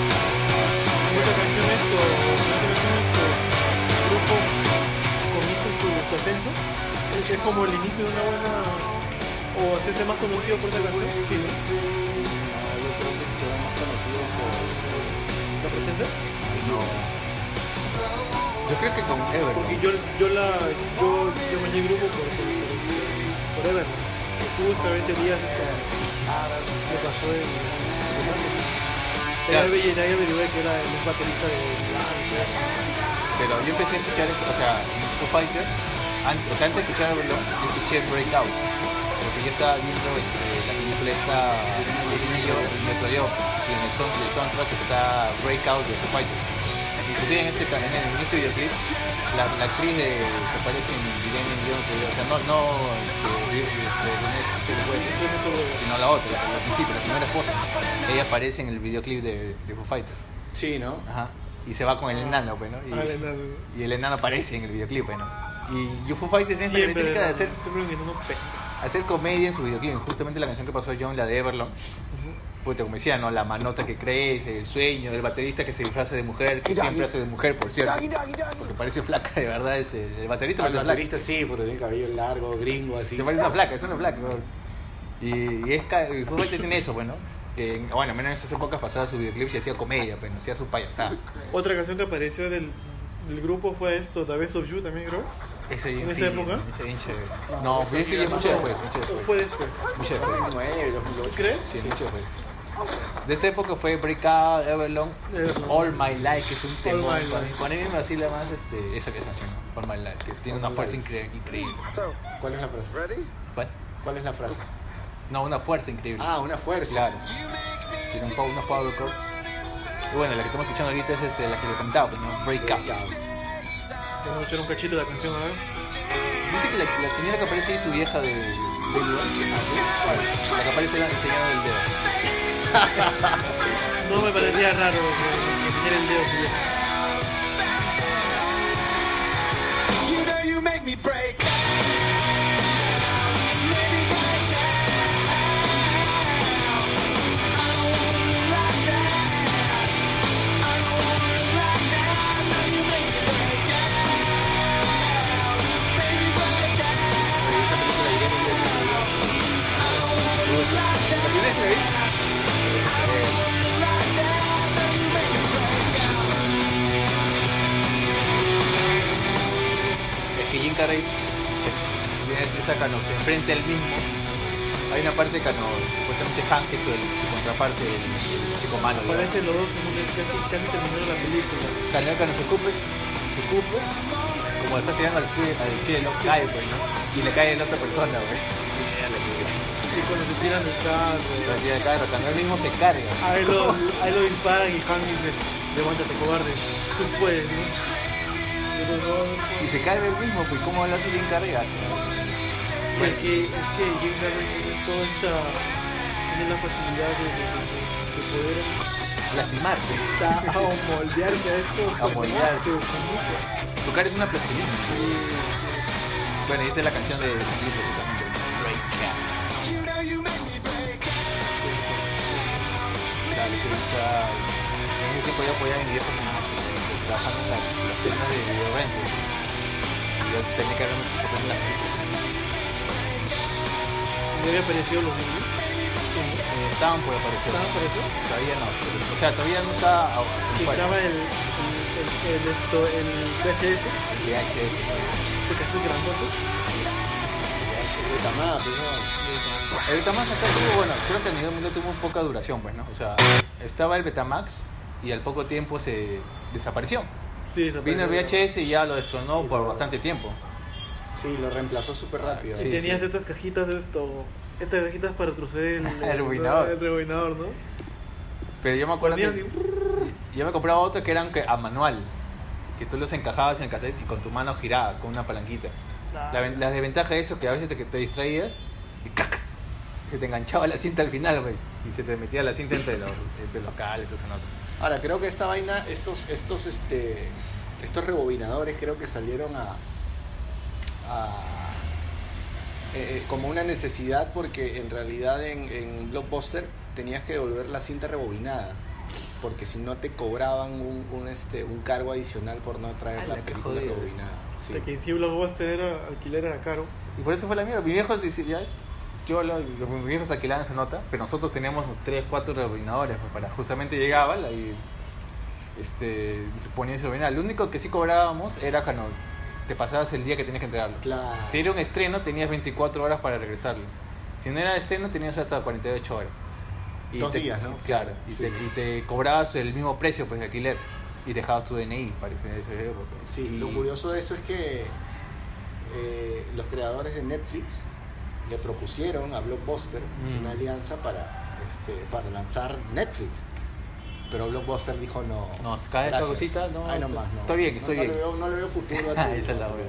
B: Mucha canción esto, mucha canción esto. El grupo comienza su, su ascenso. Es, es como el inicio de una buena. o hacerse más conocido por esta canción. Sí, ¿no?
D: Ah, Yo creo que será más conocido por
B: ¿La pretendes?
D: su. No.
C: Yo creo que con Ever.
B: Porque yo, yo la. yo, yo me el grupo por. por, por Ever. Justamente días hasta. me pasó el. Era
C: Claro.
B: el y nadie averigué que era el ex baterista de.
C: Pero yo empecé a escuchar, o sea, Foo Fighters, antes, o sea, antes de escuchar Everlong, yo escuché Breakout, porque yo estaba viendo este, la película esta de Neo, Metro Yo, y en el, sound, el soundtrack está Breakout de Foo Fighters. Inclusive en este, ca- en, el- en este videoclip, la, la actriz de, que aparece en Irene Yo, o sea, no, no este, este, Irene Ezequiel,
B: Tiene todo.
C: sino la otra, la al principio, la primera esposa, ella aparece en el videoclip de, de Foo Fighters.
D: Sí, ¿no?
C: Ajá. Y se va con el enano, pues, ¿no? Y,
B: Ah, el enano.
C: y el enano aparece en el videoclip, pues, ¿no? Y Foo Fighters tiene esa
B: Siempre,
C: característica de hacer,
B: siempre un enano pe-
C: hacer comedia en su videoclip. Justamente la canción que pasó John, la de Everlong, puta, como decía, ¿no? La manota que crece, el sueño, el baterista que se disfraza de mujer, que
D: Iragi.
C: siempre hace de mujer, por cierto.
D: Iragi, Iragi, Iragi.
C: Porque parece flaca, de verdad, este, el baterista
D: Al
C: parece
D: baterista Ah, sí, porque tiene cabello largo, gringo,
C: flaca.
D: así.
C: Se parece una flaca, es una flaca. weón. Y, y es ca- el fútbol tiene eso, bueno. Que, bueno, al menos en esas épocas pasaba sus videoclips y hacía comedia, pues, no hacía sus payasadas.
B: Otra canción que apareció del, del grupo fue esto, The Best of You también creo.
C: Ese
B: ¿En
C: bien
B: esa
C: fin,
B: época?
C: Ese bien chévere.
D: No,
C: No,
D: eso
C: bien
D: sí
C: chévere,
D: era
C: mucho
D: más-
C: después, mucho
B: O
C: después.
B: fue después.
C: Mucho después.
D: 2009, 2008.
B: ¿Crees?
C: Sí, mucho después. De esa época fue Break Out, Everlong,
B: Everlong.
C: All My Life, que es un
B: All
C: tema.
B: My Life.
C: Con él me vacila más este, esa que es canción, All My Life, que tiene
D: All
C: una
D: My
C: fuerza
D: Life.
C: incre- increíble.
E: So,
D: ¿Cuál es la frase?
E: ready?
C: ¿Cuál?
D: ¿Cuál es la frase?
C: No, una fuerza increíble.
D: Ah, una fuerza.
C: Claro. Tiene un power, una power chord. Y bueno, la que estamos escuchando ahorita es este, la que lo comentaba, pues, ¿no? Break Out.
D: Ya.
B: Vamos a echar un cachito de la canción, a ver.
C: Dice que la, la señora que aparece ahí es su vieja de, de Ah, La que aparece la enseñada del dedo.
B: No me parecía raro eh, que enseñar el dedo. sí.
A: You know you make me break.
C: Es que Jim Carrey viene a decirse a Cano, se enfrenta él mismo. Hay una parte de Cano, supuestamente Hank, que es su, su contraparte, el, el chico malo. digamos.
B: Aparecen los dos en un casi, casi terminando la película.
C: Cano, Cano se cupe, se cupe, como está tirando al cielo, al cielo, cae, pues, ¿no? Y le cae a la otra persona, güey.
B: Y cuando se tiran del
C: La
B: carro.
C: tira de cara, o sea, no él mismo se carga.
B: Ahí lo, ahí lo disparan y Hank dice, levántate cobarde, tú puedes, ¿no? Pero no, no puedo.
C: Y se cae él mismo, pues, ¿cómo lo hace Jim Carrey? Ah, sí.
B: Porque es que Jim Carrey tiene toda esta... tiene la facilidad de, de- de- de poder
C: Lastimarse,
B: a moldearse a esto.
C: a moldearse. Tocar es una plastilina. Bueno, y esta es la canción de de- precisamente. Break Out.
A: You know you make me break.
C: la electricidad. En ese tiempo yo apoyaba a mi viejo que trabajaba en las, las tiendas de videorrentes. Y yo tenía que haberme puesto en las películas.
B: ¿Le había parecido los niños?
C: Eh, Estaban por aparecer.
B: ¿Estaban por eso?
C: Todavía no. pero- o sea, todavía no estaba. a-
B: Que
C: fuera.
B: estaba el, el, el, el, esto, el VHS,
C: Ya que es,
B: este cassette grandote.
D: Puta madre, pues, no.
C: El Betamax acá tuvo, bueno, creo que a nivel mundial tuvo poca duración, pues, ¿no? O sea, estaba el Betamax y al poco tiempo se desapareció.
B: Sí, esa
C: Vino el
B: película.
C: VHS y ya lo destronó por bastante tiempo.
D: Sí, lo reemplazó súper rápido.
B: Y
C: Sí.
B: tenías estas cajitas, esto, estas cajitas para retroceder el,
C: El rebobinador.
B: el rebobinador, ¿no?
C: Pero yo me acuerdo
B: Ponías
C: que
B: y-
C: yo me compraba otros que eran que- a manual, que tú los encajabas en el cassette y con tu mano giraba con una palanquita. La, ven- la desventaja de eso es que a veces te, que te distraías y ¡clac! se te enganchaba la cinta al final, pues, y se te metía la cinta entre los, entre los cables, todo eso, ¿no?
D: Ahora, creo que esta vaina, estos, estos, este, estos rebobinadores creo que salieron a, a- eh, eh, como una necesidad porque en realidad en, en Blockbuster tenías que devolver la cinta rebobinada porque si no te cobraban un, un, este, un cargo adicional por no traer
C: Ala,
D: la
C: qué
D: película
C: jodido.
D: rebobinada. Sí.
B: Hasta que en sí Blockbuster era alquiler era caro.
C: Y por eso fue la mierda. Mi viejo decía, yo lo, mis viejos alquilaban esa nota, pero nosotros teníamos 3, 4 rebobinadores pues, para justamente llegaba la- y este, ponía ese rebobinador. Lo único que sí cobrábamos era cuando te pasabas el día que tenías que entregarlo.
D: Claro.
C: Si era un estreno, tenías 24 horas para regresarlo. Si no era estreno, tenías hasta 48 horas.
D: Dos días, ¿no?
C: Claro. Y,
D: Sí.
C: te, y te cobrabas el mismo precio, pues, de alquiler. Y dejabas tu DNI, parece, en esa época.
D: Sí,
C: Y-
D: lo curioso de eso es que eh, los creadores de Netflix le propusieron a Blockbuster
C: Mm.
D: una alianza para, este, para lanzar Netflix. Pero Blockbuster dijo no.
C: No, cada
D: gracias.
C: cosita, no,
D: Ay, no
C: t-
D: más, no.
C: estoy bien, estoy
D: No- no
C: bien.
D: le veo- no le veo futuro a tu,
C: Esa es la verdad.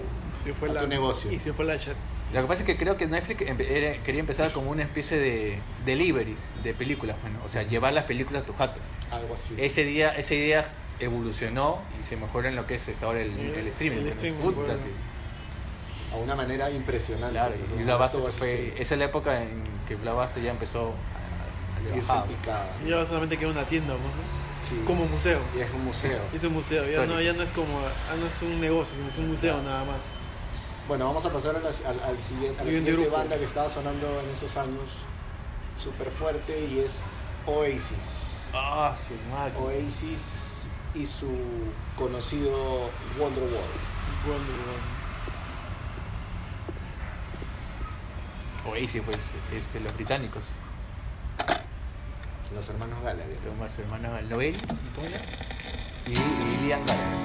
B: Se fue
D: A
B: la,
D: tu negocio.
B: Y se fue la chat.
C: Lo que pasa es que creo que Netflix empe- era- quería empezar como una especie de deliveries de películas, bueno, o sea, llevar las películas a tu jato.
D: Algo así.
C: Ese día, esa idea evolucionó y se mejoró en lo que es hasta ahora el, el streaming.
B: El
C: bueno,
B: streaming,
C: puta
B: bueno.
C: que-
D: A una manera impresionante.
C: claro,
D: pero
C: y
D: no,
C: Blockbuster
D: todo
C: se
D: es
C: fue,
D: streaming.
C: esa es la época en que Blockbuster ya empezó a, a Le
D: Piensa
C: bajaba.
D: picada.
B: Y ahora solamente queda una tienda, pues, ¿no?
D: Sí.
B: Como museo.
D: Y es un museo.
B: Es un museo, ya
C: Histórico.
B: no, ya no es como, ah, no es un negocio, sino es un museo nada más.
D: Bueno, vamos a pasar a, las- al- al siguiente, a la
B: Y un
D: siguiente
B: grupo.
D: banda que estaba sonando en esos años súper fuerte y es Oasis.
C: Ah, su madre.
D: Oasis y su conocido Wonderwall.
B: Bueno, bueno.
C: Oasis, pues, este, los británicos.
D: Los hermanos Gallagher.
C: Los más hermanos Noel, ¿cómo era? Y, y Liam Gallagher.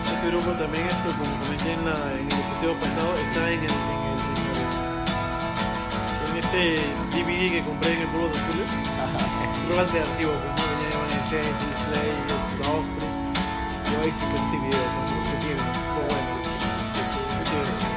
B: Este grupo también, esto, como comenté en, la- en el episodio pasado, está en el, en el, en el- en este DVD que compré en el pueblo de Julio.
D: Ajá.
B: Drogas de archivo, pues, como venía de Evanescence, Slay, The Offspring. Yo ahí sí con este video, con su objetivo. Muy pues, bueno. pues,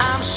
E: I'm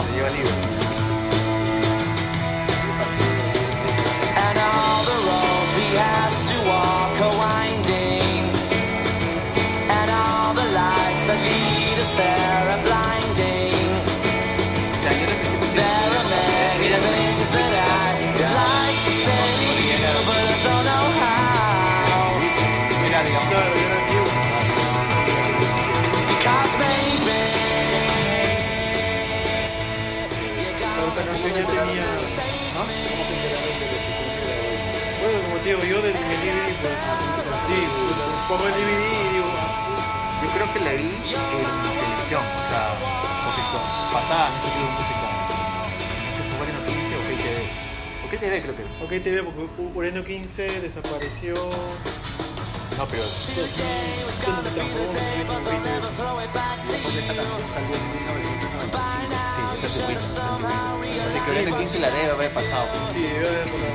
C: Se lleva libre.
E: And all the roads we have to walk are winding. And all the lights that lead us there are blinding. There are many things that I'd like to say to you, but I don't know how.
C: Mira, digamos,
B: Claro, yo era archivo.
E: Because baby,
B: Pero esta canción ya tenía. ¿Ah? Bueno, como te digo, yo del del DVD, pues. Sí, pues, pongo el DVD y digo.
C: yo creo que la vi en televisión, o sea, porque con- pasaba en ese tipo de música. No sé, fue en Noticia o KTV. O KTV creo que.
B: Ok, te veo, porque U- Ureno 15 desapareció.
C: No, pero
D: Porque esa canción salió en 1995.
C: sí, ese es el Witch, ese es el Witch. Así que Orlando 15 la debe haber pasado.
B: Sí, yo era como-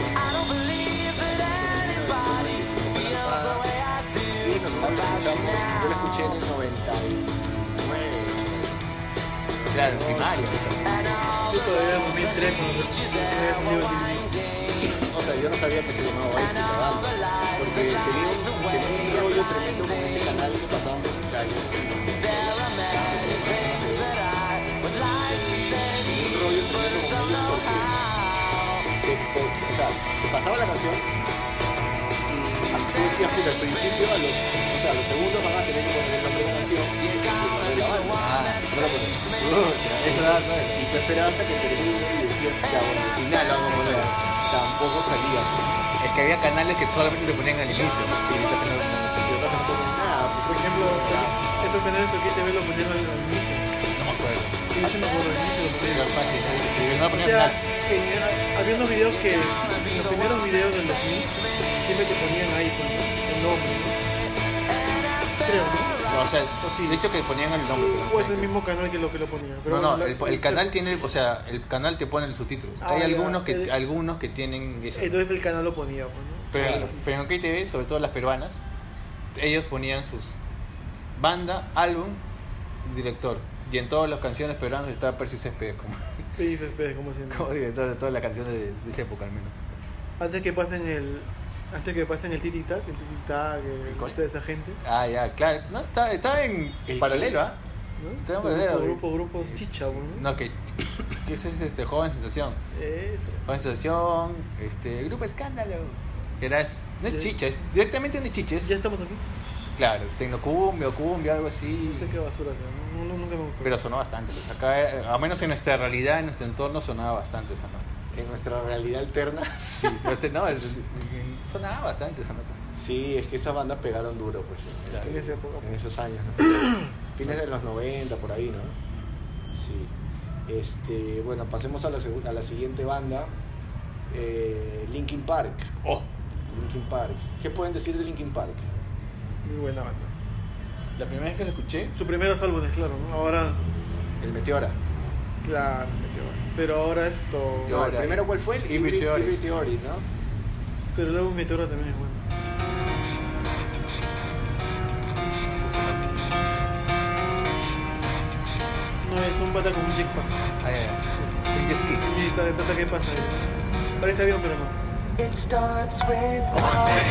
D: Y nosotros la escuchamos, yo la escuché en el 99.
C: Claro, en primaria.
B: Yo todavía era 2003 cuando había comido el DVD.
D: O sea, yo no sabía que se llamaba Oasis la banda, porque tenía un, tenía un rollo tremendo con ese canal que pasaba musicales. Un rollo tremendo con ellos porque, que- por- o sea, pasaba la canción y tú decías, puta, al principio, a los, o sea, a los segundos van a tener que poner el nombre de la canción y el nombre de la banda. No la ponían.
C: Eso daba todo.
D: Y tú esperabas a que termine y decías, ya, bueno, al final la vamos a poner. Tampoco salía. pues.
C: Es que había canales que solamente lo ponían al inicio. Sí, ahorita que no-
D: Yo no tampoco nada.
B: Por ejemplo, estos canales que te ven los ponían al al inicio.
C: no me acuerdo.
B: Sí, yo sí me acuerdo al inicio. los ponían.
C: Las páginas, sí,
B: O
C: no lo
B: sea,
C: ponían al final.
B: que era- había unos videos que, los primeros videos de los mil, siempre te ponían ahí pues, el nombre, ¿no? Creo, ¿no?
C: No, o sea, de hecho que ponían el nombre. pero no
B: O es el
C: ponían.
B: mismo canal que lo que lo ponía. Pues, Pero
C: No, no,
B: la-
C: el, el canal tiene, o sea, el canal te pone los subtítulos.
B: Ah,
C: Hay
B: ya,
C: algunos que
B: el-
C: algunos que tienen eso.
B: Entonces el canal lo ponía, pues, ¿no?
C: pero,
D: claro.
C: pero en KTV, sobre todo las peruanas, ellos ponían sus banda, álbum, director. Y en todas las canciones peruanas estaba Percy Céspedes como,
B: Sí, dices, pues, como siempre.
C: como director de todas las canciones de, de esa época al menos.
B: Antes que pasen el... Antes que pasen el titi tac, el titi tac, el-
C: ¿El cuál?
B: no sé, esa gente,
C: Ah, ya, claro. No, está, está en
D: ¿El
C: paralelo,
D: qué?
C: ¿ah?
B: ¿no?
C: Está
B: Ese
C: bueno,
B: grupo,
C: eh.
B: grupo, grupo chicha, pues, ¿no?
C: No, que, que ese es este joven sensación.
B: Eso.
C: Joven sensación, este, grupo escándalo. Era, es- no es
B: Ya-
C: chicha, es directamente no es chicha, es
B: Ya estamos aquí.
C: Claro, tecnocumbia o cumbia, algo así.
B: No sé qué basura sea, no, no- nunca me gustó.
C: Pero sonó bastante. pues, acá, eh, a menos en nuestra realidad, en nuestro entorno, sonaba bastante esa nota.
D: En nuestra realidad alterna.
C: Sí, pero este no, es- sonaba bastante esa nota.
D: Sí, es que esas bandas pegaron duro, pues. en-
C: Claro.
B: en esa época.
D: En esos años, ¿no? Fines de los 90, por ahí, ¿no? Sí. Este, bueno, pasemos a la, segu- a la siguiente banda. Eh, Linkin Park.
C: Oh,
D: Linkin Park. ¿Qué pueden decir de Linkin Park?
B: Muy buena banda.
C: La primera vez que lo escuché,
B: Sus primeros álbumes, claro, ¿no? Ahora,
D: El Meteora.
B: claro, pero ahora esto...
D: No, el
C: Meteora.
D: primero, ¿cuál fue? El
C: Hybrid Theory.
D: Hybrid Theory, ¿no?
B: Pero el álbum Meteora también es bueno. No, es un pata con un jetpack.
C: ah, ya, ya. Sí, jet ski.
B: Y está de tata que pasa. eh. Parece avión, pero no.
E: It starts with
A: One thing,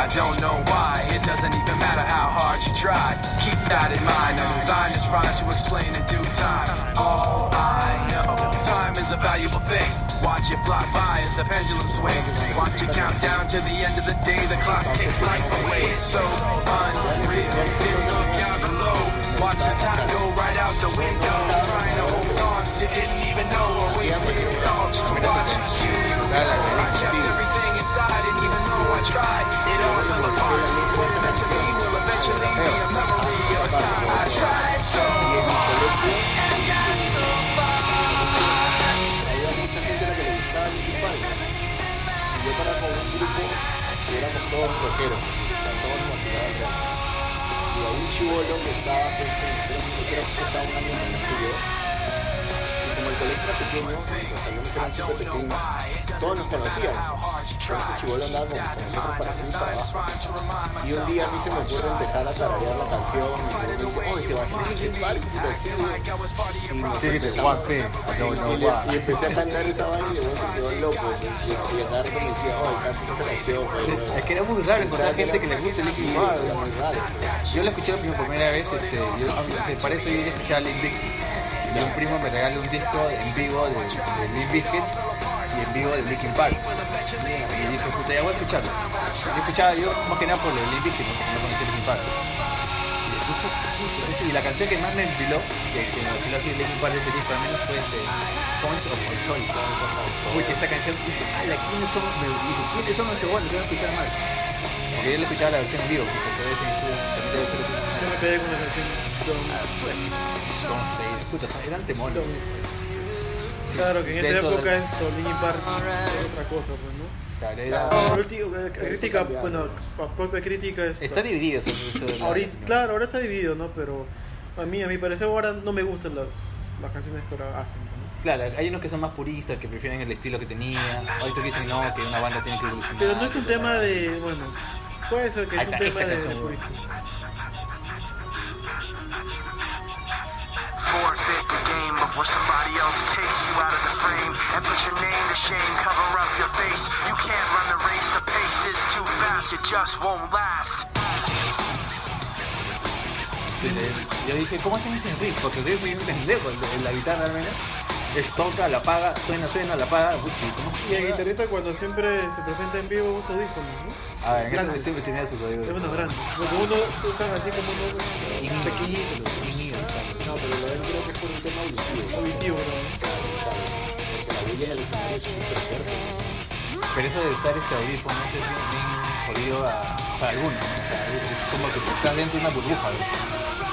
A: I don't know why. It doesn't even matter how hard you try. Keep that in mind. I'm designed to try to explain in due time. All I know, time is a valuable thing. Watch it fly by as the pendulum swings. Watch it count down to the end of the day. The clock takes life away. It's so unreal. Didn't look out below. Watch the time go right out the window. Trying to hold on to didn't even know. I wasted it all just to watch you. I kept everything inside, and even though I tried, it all fell apart. What it meant to be will eventually be a memory of a time I tried so hard, and got so far.
D: Había mucha gente a la que le gustaba Linkin Park. Y yo para con un grupo que éramos todos rockeros, o sea, todos nos vacilaban rock. Y a un chivolo que estaba, pues, en- era un rockero que estaba un año menos que yo. Y como el colegio era pequeño, los salones eran súper pequeños, todos nos conocían. Pero este chivolo andaba con, con nosotros para arriba y para abajo. Y un día a mí se me ocurre empezar a tararear la canción y luego me dice, oye, te vas a Linkin Park, y lo sigo. Y nos
C: Sí, de
D: empezamos-
C: One Thing. No, no,
D: y, le- y empecé a cantar esa vaina y luego se quedó loco. Y, y el Dardo me decía, oh, canta esa canción, pero-
C: Es que era muy raro encontrar
D: Pensaba que
C: gente que
D: era-
C: le guste
D: Sí,
C: Linkin Park.
D: era muy raro.
C: Yo lo escuché por primera vez, este, yo, o sea, para eso yo ya escuchaba Limp Bizkit. Y un primo me regaló un disco en vivo de, de Limp Bizkit y en vivo de Linkin Park. Y dije, puta, ya voy a escucharlo. Yo escuchaba, yo más que nada por lo de Limp Bizkit, no, no conocía Linkin Park. Y, escucho, escucho, escucho, y la canción que más me empiló, que, que me vaciló así Linkin Park de ese disco, al menos fue este, Punch of Control. Uy, que esa canción, dije, ala, ¿quiénes son? Me dije, ¿quiénes son los chabones? Yo no escuchaba más. Porque yo la escuchaba la versión en vivo, porque tal vez en YouTube también debe ser otra manera.
B: Yo me quedé con la canción.
C: Ah,
B: Don-
C: Entonces, puta, eran temores.
B: Claro, que en esa
C: Dentro del-
B: época esto, Linkin Park era otra cosa, pues, ¿no?
C: Claro, era-
B: Por último, la crítica, bueno, la propia crítica es...
C: Está dividido eso. eso de la-
B: Ahorita, claro, ahora está dividido, ¿no? Pero a mí, a mi parecer, ahora no me gustan las, las canciones que ahora hacen, ¿no?
C: Claro, hay unos que son más puristas, que prefieren el estilo que tenía. Hay otros que dicen no, que una banda tiene que evolucionar.
B: Pero no es un tema de, bueno, puede ser que
C: Ahí
B: es un
C: está,
B: tema
C: esta
B: de, de
C: canción,
B: puristas.
A: forfeit the game before somebody else takes you out of the frame and put your name to shame. Cover up your face. You can't run the race. The pace is too fast. It just won't last.
C: Este, Yo dije, ¿cómo hacen ese riff? Porque el riff es un pendejo, el de- la guitarra al menos. Él toca, la apaga, suena, suena, la apaga. Uchi, ¿cómo
B: Y el
C: se llama?
B: guitarrista cuando siempre se presenta en vivo usa audífonos, ¿no?
C: Ah, en ese
B: Grandes.
C: siempre tenía sus oídos.
B: Es unos grandes. Porque uno usan así como unos
C: Y pequeñito, pequeñito.
D: No, pero lo de él creo que es por un tema auditivo,
B: auditivos, ¿no?
D: ¿sabes? Porque la bulla del escenario es súper fuerte.
C: Pero eso de usar este audífono es bien, bien jodido a- para algunos. ¿no? O sea, es como que estás dentro de una burbuja. ¿no?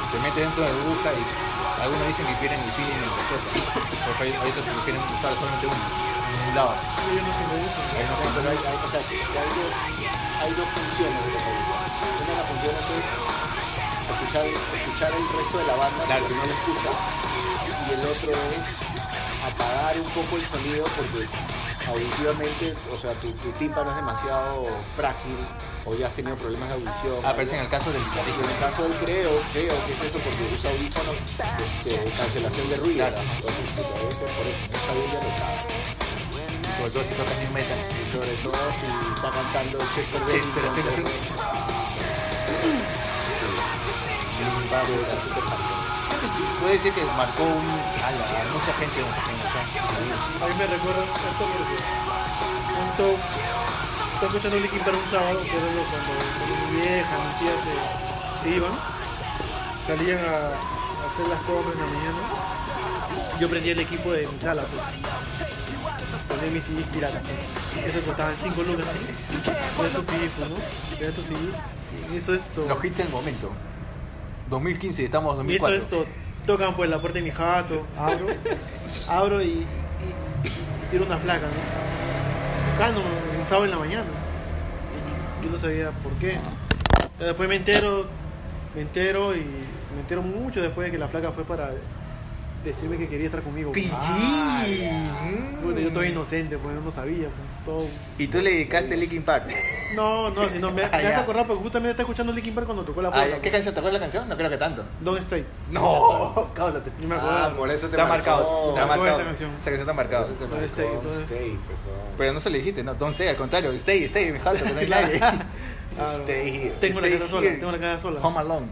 C: Te metes dentro de la burbuja y algunos dicen que quieren el feeling y otras cosas. Porque hay- ahorita se prefieren usar solamente uno, un lado.
B: Hay unos que me gustan.
C: Hay unos
D: No,
C: que
D: pero hay, hay, o sea, hay dos, hay dos funciones de los audífonos. Una de las funciones es escuchar, escuchar el resto de la banda
C: Claro.
D: porque no lo escucha. Y el otro es apagar un poco el sonido porque auditivamente, o sea, tu, tu tímpano es demasiado frágil o ya has tenido problemas de audición.
C: Ah, pero es en el caso del
D: Y
C: guitarrista.
D: en el caso del creo, creo que es eso porque usa audífonos, este, cancelación de ruido.
C: Claro.
D: Entonces, si te ves, por eso, mucha bulla lo caga.
C: y Sobre todo si tocas new metal.
D: Y sobre todo si está cantando Chester
C: Che,
D: Bennington,
C: pero sí,
D: que-
C: sí. Puede decir que marcó un, a, la- a mucha gente en en los años.
B: A mí me recuerda esto porque junto estaba escuchando Linkin Park un sábado, que era lo- cuando, cuando mi vieja, mis tías se, se iban, salían a, a hacer las compras en la mañana. Yo prendía el equipo de mi sala, pues. Ponía mis CDs piratas. pues. Eso costaban 5 lucas. Ponía tus CDs, pues, ¿no? Ponía tus CDs. Y eso es todo.
C: Nos quita el momento. 2015, estamos
B: Y eso
C: 2004.
B: es todo. Tocan pues la puerta de mi jato, abro, abro y, y- y era una flaca, ¿no? Tocando un sábado en la mañana. Y yo no sabía por qué. Ya Después me entero, me entero y me entero mucho después de que la flaca fue para decirme que quería estar conmigo.
D: Pillín.
B: Ah, bueno, yo todo inocente, pues yo no sabía, pues, todo.
C: Y tú le dedicaste Linkin Park.
B: No, no, si no, me, me
C: Ah,
B: hace
C: ya.
B: acordar porque justamente está escuchando Linkin Park cuando tocó la
C: Ah,
B: puerta.
C: ya. ¿Qué canción? ¿Te acuerdas la canción? No creo que tanto.
B: Don't Stay.
C: No, cállate.
B: Ni me acuerdo.
D: Ah, por eso te,
C: Te ha
D: marcó.
C: marcado. Te ha
B: Me acuerdo de
C: marcado.
B: esa canción.
C: Esa canción te ha
D: Por
C: marcado.
D: eso te
B: No,
D: marcó.
B: stay,
D: Don't
B: entonces.
D: stay, perdón.
C: Pero no se le dijiste, no, don't stay, al contrario, stay, stay, me jalo, no hay nadie.
B: Claro.
C: Stay here.
B: Tengo la
C: stay
B: casa sola,
C: here.
B: tengo la casa sola.
C: Home alone.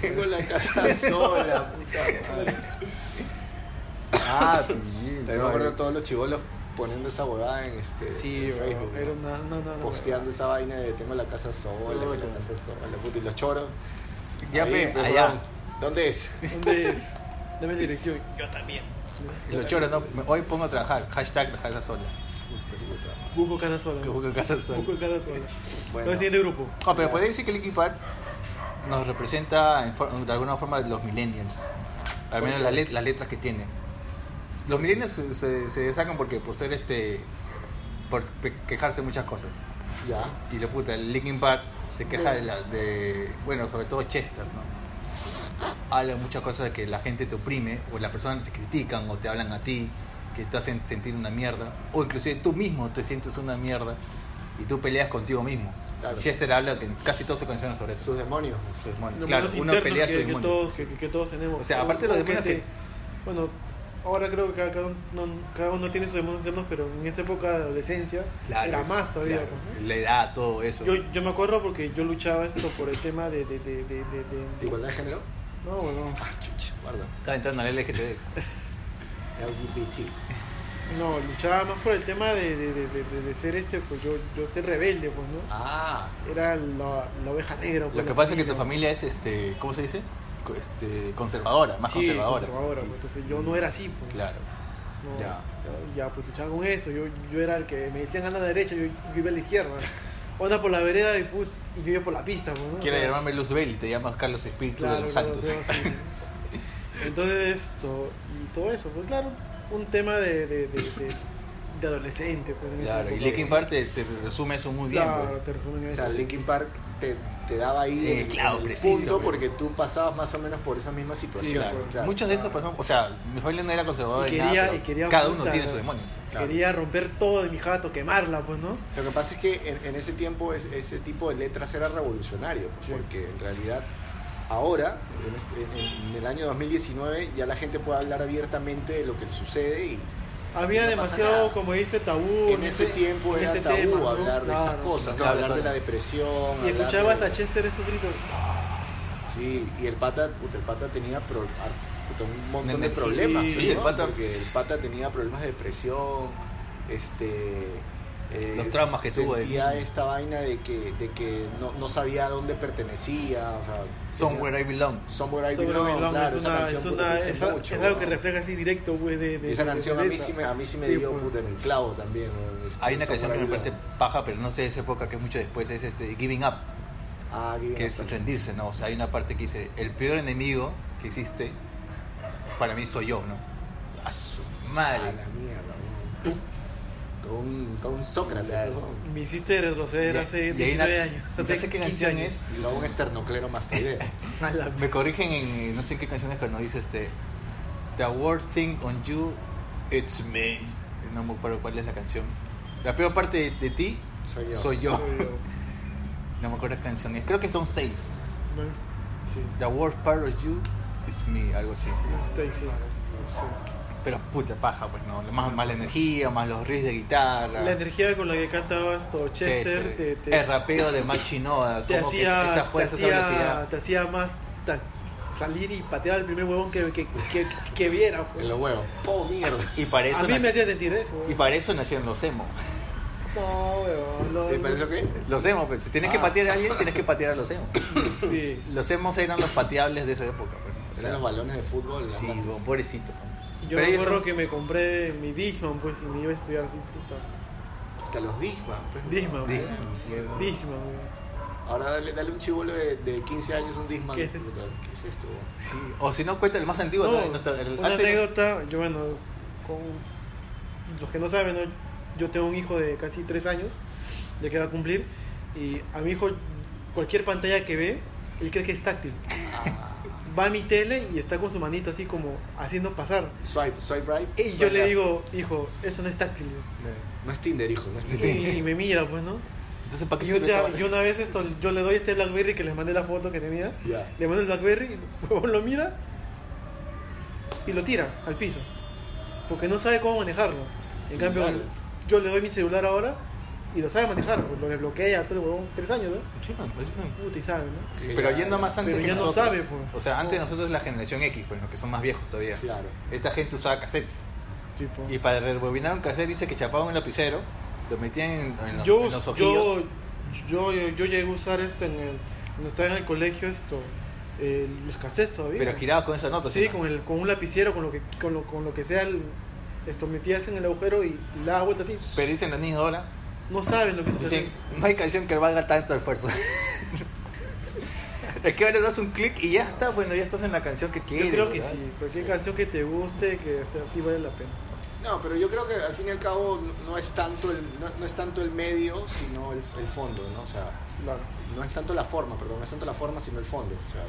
D: Tengo la casa sola, puta madre.
C: Ah,
D: También me acuerdo de todos los chivolos poniendo esa huevada en este
B: Sí,
D: en
B: bro,
D: Facebook.
B: era una, no, no, no,
D: Posteando esa vaina de tengo la casa sola, tengo la
B: Puta.
D: casa sola, puta, y los choros.
C: Ya
D: Ahí,
C: ve,
D: pues,
C: allá.
D: huevón, ¿Dónde es?
B: ¿Dónde es? Dame la dirección. Yo también.
C: Y Los choros, no, me- hoy pongo a trabajar, hashtag la casa sola.
B: Busco casa sola.
C: Que busco casa sola.
B: Busco casa sola.
D: Bueno.
B: Bueno. El siguiente grupo.
C: Ah, pero podría decir que Linkin Park nos representa en for- de alguna forma los millennials. Al menos las, let- las letras que tiene. Los millennials se, se- se destacan porque por ser este. por pe- quejarse de muchas cosas.
D: Ya.
C: Y la puta, el Linkin Park se queja de, la- de- Bueno, sobre todo Chester, ¿no? Habla muchas cosas de que la gente te oprime, o las personas te critican, o te hablan a ti, que te hacen sentir una mierda, o inclusive tú mismo te sientes una mierda y tú peleas contigo mismo.
D: Claro.
C: Chester habla que en casi todas sus canciones sobre eso.
D: Sus demonios.
C: Sus demonios.
B: Los
C: claro,
B: malos
C: uno
B: internos
C: pelea a su
B: que, que
C: demonio.
B: todos, que, que todos tenemos.
C: O sea, aparte de los demonios
B: Gente- Bueno, ahora creo que cada, cada uno, cada uno tiene sus demonios internos, pero en esa época de adolescencia
C: Claro,
B: era
C: es-
B: más todavía.
C: claro,
B: pues, ¿no?
C: La edad, todo eso.
B: Yo, yo me acuerdo porque yo luchaba esto por el tema de... de, de, de, de- de-
D: ¿Igualdad de género?
B: No, bueno,
D: Chuch, guarda.
C: Estaba entrando al LGTB.
D: LGBT.
B: no, luchaba más por el tema de, de, de, de- de- de ser este, pues yo, yo ser rebelde, pues, ¿no?
D: Ah,
B: Era la, la oveja negra. pues,
C: Lo
B: la
C: que pasa es que tu familia es, este, ¿cómo se dice? Co- Este, conservadora, más
B: Sí,
C: conservadora.
B: pues, entonces yo no era así, pues.
C: Claro.
B: No,
D: Ya.
B: ya, pues luchaba con eso. Yo, yo era el que me decían anda a la derecha, yo, yo iba a la izquierda. Onda por la vereda y, put- y yo iba por la pista. pues, ¿no?
C: Quiero
B: O sea,
C: llamarme Luzbel y te llamas Carlos Espíritu
B: claro,
C: de los
B: claro,
C: Santos.
B: claro, sí. Entonces, esto, y todo eso, pues claro, un tema de, de, de, de- de adolescente. Pues, en esa
C: Claro, y
B: época.
C: Linkin Park te, te resume eso muy bien. pues.
B: Claro,
C: güey.
B: te resumen
D: o
B: eso.
D: sea, Linkin Park te, te daba ahí
C: Eh,
D: el,
C: claro,
D: el
C: preciso,
D: punto
C: güey.
D: porque tú pasabas más o menos por esa misma
B: Sí,
D: situación.
C: Claro.
B: pues,
D: claro.
C: Muchos de esos personas, o sea, mi familia no era conservadora
B: Y
C: ni nada,
B: quería-
C: pero
B: y quería
C: cada uno
B: puta,
C: tiene
B: ¿no?
C: sus demonios.
D: Claro.
B: Quería romper todo de mi jato, quemarla, pues, ¿no?
D: Lo que pasa es que en, en ese tiempo es- ese tipo de letras era revolucionario, pues,
B: Sí.
D: porque en realidad ahora, en, este- en- en el año 2019, ya la gente puede hablar abiertamente de lo que le sucede y
B: Había
D: No pasa
B: demasiado,
D: nada.
B: como dice, tabú.
D: en
B: no
D: ese
B: sé,
D: tiempo
B: en
D: era
B: ese
D: tabú
B: tema, ¿no?
D: hablar de estas
B: Claro.
D: cosas, ¿no?
C: Claro,
D: hablar de
C: claro.
D: la depresión.
B: Y
D: hablar
B: escuchaba
D: de-
B: hasta Chester esos gritos.
D: Sí, y el pata, puta, el pata tenía pro- ar- puta, un montón de
C: Sí,
D: problemas.
C: sí, Pues
D: ¿no?
C: el pata-
D: Porque el pata tenía problemas de depresión, este. eh,
C: Los traumas que tuvo de
D: Sentía
C: niño.
D: esta vaina de que, de que no, no sabía a dónde pertenecía. O sea,
C: Somewhere I
D: tenía-
C: belong.
D: Somewhere I
B: Sobre
D: Belong,
B: Belong,
D: claro,
B: es
D: esa
B: una-
D: canción
B: es
D: puta,
B: una-
D: dice
B: es a-
D: mucho,
B: es algo que
D: ¿no?
B: refleja así directo, güey, de, de-
D: Y esa
B: de-
D: canción
B: de
D: a mí
B: esa.
D: sí me, a mí sí me
B: Sí,
D: dio
B: pues.
D: puta en el clavo también. ¿no? Este,
C: Hay una canción que me
D: Somewhere I
C: parece
D: Belong.
C: paja, pero no sé de esa época, que es mucho después, es este Giving Up,
D: Ah, Giving
C: que
D: Up
C: es
D: también.
C: rendirse, ¿no? O sea, hay una parte que dice, el peor enemigo que existe para mí soy yo, ¿no? A su
D: A
C: madre.
D: Ah, la mierda, weón. Todo un, todo un Sócrates, weón.
B: Me hiciste retroceder
C: Y- y
B: hace
C: hay
B: 19
C: una-
B: años.
C: no
B: hace
C: sé qué
B: 15
C: canción
B: años.
C: es,
D: Todo un esternoclero mastoideo.
B: A la
C: Me corrigen en eh, no sé qué canciones cuando dice este The worst thing on you it's me. No me acuerdo cuál es la canción. La peor parte de, de ti
D: Soy yo.
C: No me acuerdo qué canción es. Creo que es Don't Safe.
B: No es- Sí,
C: The worst part of you is me, algo así.
B: no está ahí, sí.
C: Pero puta paja, pues no. Más, más la energía, más los riffs de guitarra.
B: La energía con la que cantaba esto Chester te, te-
C: El rapeo este, de Machinoa.
B: te
C: como que
B: hacía,
C: esa
B: te,
C: fuerza, esa
B: hacía
C: velocidad.
B: te hacía más ta- salir y patear al primer huevón que, que, que, que viera. pues.
D: En los huevos. ¡Oh, mierda!
C: Y para eso,
B: A mí
C: nac-
B: me hacía sentir eso.
C: y para eso nacieron los emo.
B: No, huevón. lo-
D: ¿Te pareció qué?
C: Los emos, pues, si tienes que
D: Ah.
C: patear a alguien, tienes que patear a los emos.
B: Sí.
C: Los emos eran los pateables de esa época, pues. ¿no? O sea,
D: Eran los balones de fútbol. las
C: Sí,
D: latas.
C: bueno, pobrecito.
B: Y Yo
C: Pero
B: me
C: ellos
B: acuerdo
C: son-
B: que me compré mi Disman, pues, y me iba a estudiar así, puta.
D: Puta, los Disman. pues.
B: Disman,
C: Sí,
B: güey.
C: bueno.
B: Disman, güey.
D: Ahora dale, dale un chivolo de, de 15 años un Disman.
B: ¿Qué
D: ¿Qué
B: es
D: es,
B: esto?
D: ¿Qué es esto? weón?
C: Sí. O si no, cuenta el más antiguo.
B: No,
C: ¿no? El nuestro- el-
B: una
C: antes-
B: anécdota, yo bueno, con los que no saben, ¿no? yo tengo un hijo de casi tres años, de que va a cumplir, y a mi hijo cualquier pantalla que ve, Él cree que es táctil.
D: Ah,
B: Va a mi tele y está con su manito así como haciendo pasar.
D: swipe, swipe right.
B: Y yo le
D: swipe left.
B: digo, hijo, eso no es táctil.
D: No, No es Tinder, hijo, no es
B: Y,
D: Tinder.
B: y me mira, pues, ¿no?
C: Entonces, ¿para qué
B: Y yo,
C: sirve
B: ya-
C: esta vaina?
B: yo una vez esto, yo le doy este Blackberry que les mandé la foto que tenía.
D: Ya.
B: Le mando el Blackberry, y el huevón lo mira y lo tira al piso. Porque no sabe cómo manejarlo. En cambio,
D: Claro.
B: yo le doy mi celular ahora y lo sabe manejar. pues, lo desbloquea, todo el huevón, tres años, ¿no?
C: Sí, man, pues, sí, man.
B: Puta, y sabe, ¿no?
C: Pero yendo más antes
B: Pero
C: que
B: ya no
C: nosotros.
B: sabe, pues.
C: O sea, antes de nosotros es la generación X, pues, los que son más viejos todavía.
D: Claro.
C: Esta gente usaba cassettes.
B: Tipo.
C: Y para rebobinar un cassette dice que chapaban un lapicero, lo metían en, en los,
B: yo,
C: en los ojillos.
B: yo, yo, yo, yo llegué a usar esto en el, cuando estaba en el colegio, esto, eh, los cassettes todavía.
C: Pero girabas con esas notas.
B: Sí,
C: ¿no?
B: con, el, con un lapicero, con lo que, con lo, con lo que sea, el- esto metías en el agujero y le dabas vuelta así.
C: Pero dicen los niños ahora,
B: No saben lo que es un
C: dicen,
B: cassette.
C: no hay canción que valga tanto esfuerzo. es que ahora das un clic y ya está, bueno, ya estás en la canción que quieres.
B: Yo creo que
C: ¿verdad?
B: sí, cualquier canción que te guste, que sea así, vale la pena.
D: No, pero yo creo que al fin y al cabo no- no es tanto el, no, no es tanto el medio, sino el, el fondo, ¿no? O sea,
B: Claro.
D: no es tanto la forma, perdón, no es tanto la forma, sino el fondo. O sea,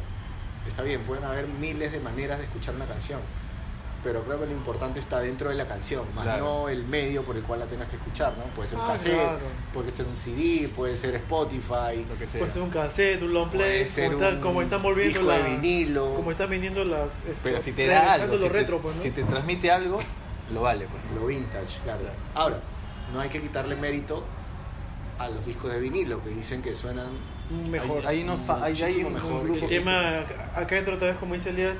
D: está bien, pueden haber miles de maneras de escuchar una canción, pero creo que lo importante está dentro de la canción, más
C: Claro.
D: no el medio por el cual la tengas que escuchar, ¿no? Puede ser un
B: Ah,
D: cassette,
B: claro.
D: puede ser un CD, puede ser Spotify,
C: Lo que sea.
B: Puede ser un cassette, un long play,
D: puede ser
B: como, están,
D: un
B: como están volviendo
D: disco de
B: la-
D: vinilo.
B: Como están vendiendo las. este, esto,
C: Pero si te da
B: regresando
C: algo, si
B: los
C: te,
B: retro, pues, ¿no?
C: si te transmite algo, lo vale. Pues.
D: lo vintage, claro. Ahora, no hay que quitarle mérito a los discos de vinilo que dicen que suenan
B: Mejor.
C: Hay, hay unos fa- hay, hay
D: Muchísimo
C: un
D: mejor
C: grupo
B: El
C: que-
B: tema, acá entra otra vez, como dice Elías,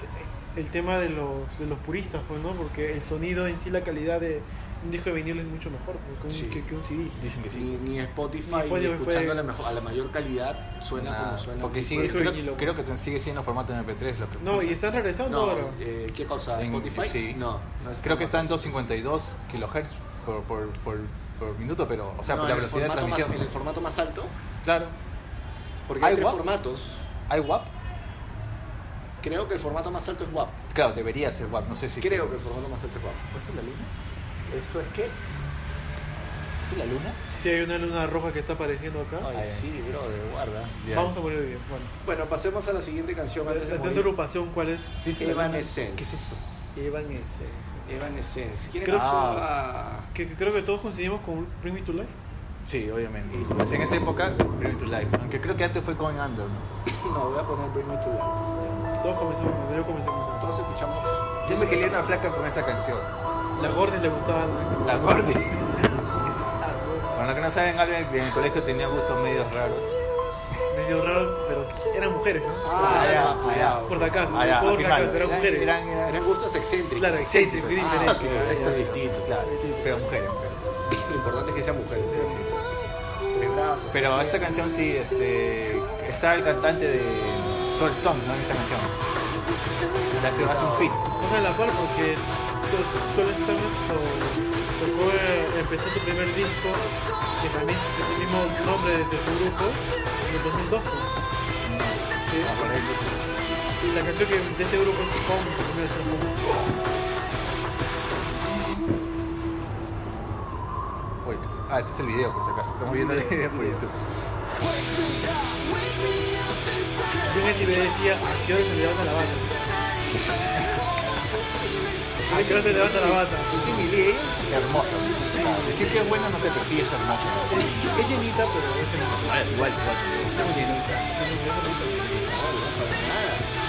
B: el tema de los, de los puristas, pues, ¿no? Porque el sonido en sí, la calidad de un disco de vinilo es mucho mejor pues, que, un,
D: Sí.
B: que- que un CD.
C: Dicen que sí.
D: ni, ni Spotify,
B: Ni Spotify
D: escuchando
B: fue-
D: a, la mejor, a la mayor calidad suena
C: Nada,
D: como suena.
C: porque
D: un
C: sigue,
B: disco de
C: creo,
B: vinilo,
C: creo que
B: pues.
C: te sigue siendo formato MP3 lo que
B: No,
C: usa.
B: y están regresando
D: No,
B: ahora.
D: eh, ¿qué cosa?
C: En-
D: ¿Spotify?
C: sí.
D: No, no es
C: creo que está en
D: formato.
C: 252 kHz por, por, por, por minuto, pero o sea,
D: No,
C: por
D: en
C: la
D: el
C: velocidad de
D: formato más-
C: transmisión. Ah,
D: en el formato más alto,
C: Claro.
D: porque hay
C: ¿Hay
D: tres
C: WAP?
D: formatos.
C: ¿Hay WAP?
D: Creo que el formato más alto es WAP.
C: Claro, debería ser WAP, no sé si
D: Creo que el formato más alto es WAP.
C: ¿Eso es la luna? ¿Eso es qué? ¿Eso es la luna?
B: Sí, hay una luna roja que está apareciendo acá.
D: Ay,
C: Ay.
D: sí, bro, de guarda.
C: Ya.
B: Vamos a morir hoy día. Bueno,
D: Bueno, pasemos a la siguiente canción
B: la
D: antes de
B: canción de
D: morir.
B: agrupación, ¿cuál es?
D: Evanescence.
C: ¿Qué es eso?
D: Evanescence. ¿Quién
B: Creo-
D: escuchó
C: Ah.
D: a-
B: Que, que creo que todos coincidimos con Bring Me to Life.
C: Sí, obviamente. Pues en esa época, Bring Me to Life. Aunque creo que antes fue Going Under. ¿no?
D: No, voy a poner Bring Me To Life.
B: Todos comenzamos con yo comencé con eso.
D: Todos escuchamos.
C: Yo me quería una flaca con esa canción.
B: La Gordy le gustaba.
C: La gordi. Para los que no saben, Albert en el colegio tenía gustos medios raros.
B: Medio raro, pero eran mujeres, ¿no?
D: Ah,
C: allá,
D: ya,
C: allá.
D: ya.
B: Por la casa,
C: Ah, ya, al
B: por la
C: final.
B: casa, eran mujeres.
C: Eran, eran,
D: Eran gustos excéntricos.
B: Claro, excéntrico, y
D: Ah,
B: diferente.
D: ok,
C: Exóticos,
D: sexo
C: exóticos,
D: distinto.
C: claro. Pero mujeres.
D: Lo importante es que sean mujeres.
C: pero- sí, sí.
D: Tres brazos.
C: Pero
D: tres
C: esta
D: piernas.
C: canción sí, este, está el cantante de todo el song, ¿no? En esta canción. Le hace, hace un fit.
B: Ponme la par porque tú, tú le estás esto. Tocó, eh, empezó tu primer disco, que también es el mismo nombre de tu grupo, en el 2002. ¿no? Sí.
C: Ah, por ahí, entonces.
B: Y la canción que de ese grupo es Home, que primero es Home.
C: Uy, ah, este es el video, por si acaso. Estamos viendo el video por YouTube.
B: Yo en ese video decía, ¿a qué hora se levanta la bata? ¿A qué hora se levanta la bata?
C: Sí, mi día es hermosa. Ah, decir que es buena no sé, pero sí es hermosa.
B: Es llenita, pero es femenina.
C: Ah, Igual, igual.
B: Es llenita.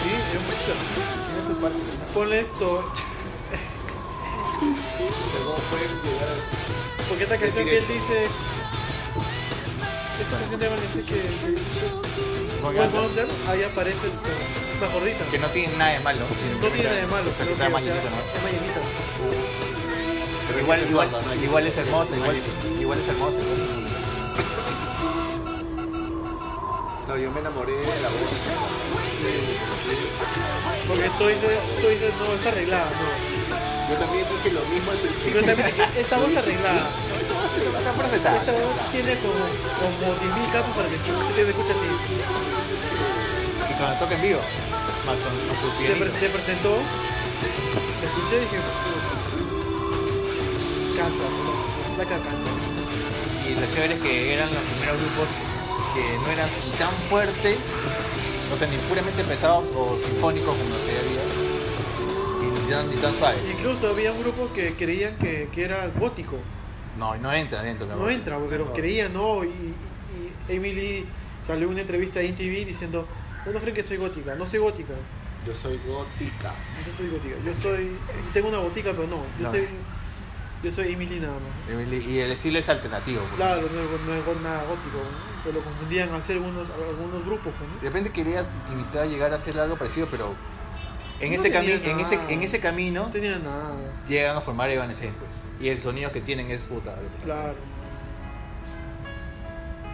B: Sí, es mucho.
C: Tiene su parte.
B: Ponle esto. Porque esta canción que él dice. Esta canción de Vanessa que.
C: Voy
B: One
C: a-
B: Wonder, ahí aparece esto. Una gordita.
C: Que no tiene nada de malo.
B: No tiene nada de malo,
C: O sea,
B: pero que,
C: que está más
B: o sea,
C: llenito, ¿no?
B: es más llenita.
C: Pero igual,
D: es
C: igual,
D: hermosa, ¿no?
C: igual es hermosa, igual,
D: Igual-
C: igual es hermosa. igual.
D: No, yo me enamoré de la voz.
B: Porque tú dices, tú dices, no, está arreglada, no.
D: Yo también dije lo mismo al principio.
B: Pero también dije, esta voz está arreglada.
C: Está
B: Esta
C: procesada.
B: voz tiene como, como 10.000 capas para que tú te escuches así.
C: Y cuando toca en vivo, más con, con su
B: Se,
C: pianito.
B: pre- se presentó, la escuché y dije, "Puta". canta, la canta.
C: Y lo chévere es que eran los primeros grupos que no eran ni tan fuertes O sea, ni puramente pesados o sinfónicos como los que había. Y ni tan, ni tan suaves.
B: Incluso había un grupo que creían que, que era gótico.
C: No, y no entra dentro. mi
B: No
C: amor.
B: entra, pero
C: No.
B: creían, ¿no? Y, y- y Emily salió en una entrevista en TV diciendo, no creen que soy gótica, no soy gótica,
D: Yo soy gótica.
B: no soy gótica, yo soy, tengo una botica, pero no, yo
C: No.
B: soy, yo soy Emily nada más.
C: Emily- Y el estilo es alternativo. pues.
B: Claro, no, es- no es go- nada gótico, ¿no? pero lo confundían hacer algunos, algunos grupos, pues,
C: De repente querías imitar llegar a hacer algo parecido, pero en,
B: No
C: ese,
B: tenía
C: cami- en, ese,
B: nada.
C: en ese camino
B: ¿no? No tenía nada.
C: llegan a formar Evanescence. Pues. Y el sonido que tienen es puta. de puta.
B: Claro.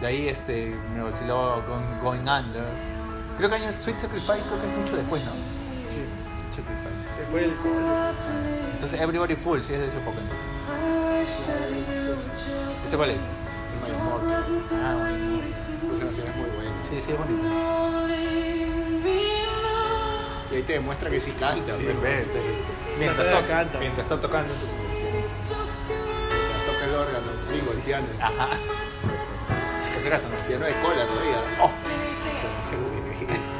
C: De ahí este, me vaciló con Going Under. Creo que año Sweet Sacrifice creo que es mucho después, ¿no?
B: Sí.
C: Sweet Sacrifice.
B: Después del
C: Entonces Everybody Full, sí, es de ese poco entonces. ¿Ese cuál es?
D: Soy My Immortal.
C: Ah, bueno.
D: Esa canción es muy buena.
C: Sí, sí, es bonito.
D: Y ahí te demuestra que sí canta.
C: Sí,
D: pero-
C: ve,
B: La
C: Mientras,
B: verdad
C: toca,
B: canta.
C: mientras está tocando.
D: Toca el órgano, digo, el piano.
C: Ajá. Por si acaso, ¿no?
D: Piano de cola todavía.
C: ¡Oh!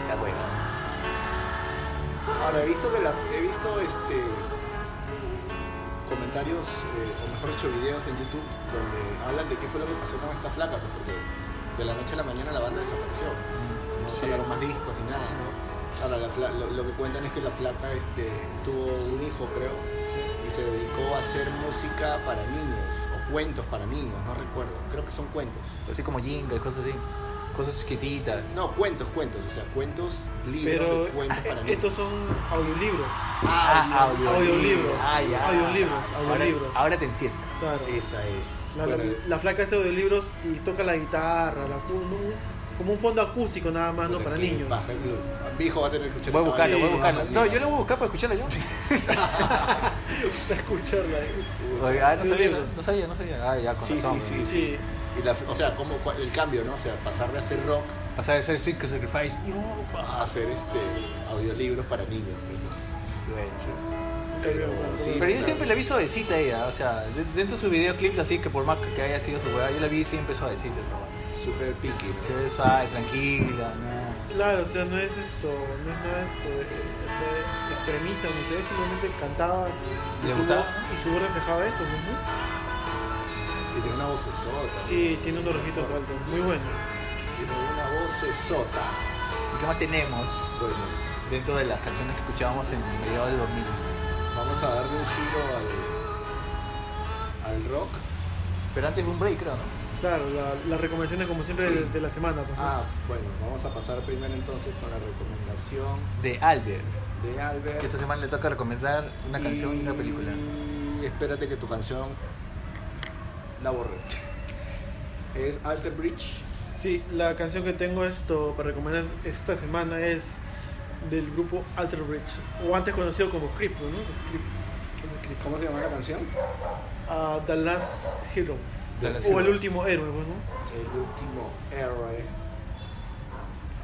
C: La buena.
D: Ahora, he visto que la, he visto este comentarios, eh, o mejor dicho, videos en YouTube donde hablan de qué fue lo que pasó con esta flaca, pues, porque de la noche a la mañana la banda desapareció. No sacaron más discos ni nada, ¿no? Ahora, la fla- lo, lo que cuentan es que la flaca este, tuvo un hijo, creo, y se dedicó a hacer música para niños, o cuentos para niños, no recuerdo, creo que son cuentos.
C: Así como jingles, cosas así. Cosas chiquititas.
D: No, cuentos, cuentos, o sea, cuentos, libros,
B: Pero
D: de cuentos
C: eh,
D: para niños.
B: estos son audiolibros.
D: Ah,
C: audio.
B: Audiolibros.
C: Ah, ya.
B: Audiolibros,
C: Ahora-
B: audiolibros.
C: Ahora te entiendo.
B: Claro.
D: Esa ah, es.
B: La,
D: Bueno,
B: la flaca hace audiolibros y toca la guitarra, la- un- como un fondo acústico nada más, no
D: Puta,
B: para
D: qué
B: niños.
D: paja, el- Ah, Mi hijo va a tener que escuchar
C: Voy a
D: esa
C: buscarlo,
D: vaina.
C: voy a buscarlo.
D: Sí,
C: No, yo lo voy a buscar para escucharla yo.
B: Para escucharla. eh.
C: Ah, no sabía, no,
B: Audiolibros.
C: no sabía, no sabía. Ah, ya, con
D: Sí,
C: razón.
D: sí, sí.
B: Sí,
D: Y la- o sea, como cua- el cambio, ¿no? O sea, pasar de hacer rock
C: Pasar de ser Sweet Sacrifice.
D: a hacer este audiolibros para niños. Pero sí.
C: Pero yo
D: claro.
C: siempre la vi suavecita a ella, o sea, de- dentro de sus videoclips así que por más que haya sido su weá, yo la vi siempre suavecita esa weá.
D: Super picky.
C: Se ve suave, tranquila, no.
B: claro, o sea, no es esto, no es nada esto, eh, o sea, extremista, no sé, simplemente cantaba y
C: ¿Le
B: su
C: gustaba?
B: voz- y su voz reflejaba eso, ¿no?
D: Y tiene una voz sota.
B: Sí, tiene unos rejitos altos, muy bueno.
D: Tiene una voz sota.
C: ¿Y qué más tenemos
D: Bueno,
C: dentro de las canciones que escuchábamos en mediados de 2000?
D: vamos a darle un giro al, al rock.
C: Pero antes fue un break, creo, ¿no?
B: Claro, la- las recomendaciones como siempre de, de la semana, pues. ¿no?
D: Ah, bueno, vamos a pasar primero entonces con la recomendación
C: De Albert,
D: de Albert.
C: que esta semana le toca recomendar una canción y una película.
D: Y espérate que tu canción la borré. Es Alter Bridge.
B: Sí, la canción que tengo esto para recomendar esta semana es del grupo Alter Bridge, o antes conocido como Creep, ¿no? Es Creep. Es Creep.
D: ¿Cómo se llama la canción?
B: Ah, The Last Hero.
C: The Last
B: o el
C: Hero.
B: último héroe, pues, ¿no?
D: El último héroe.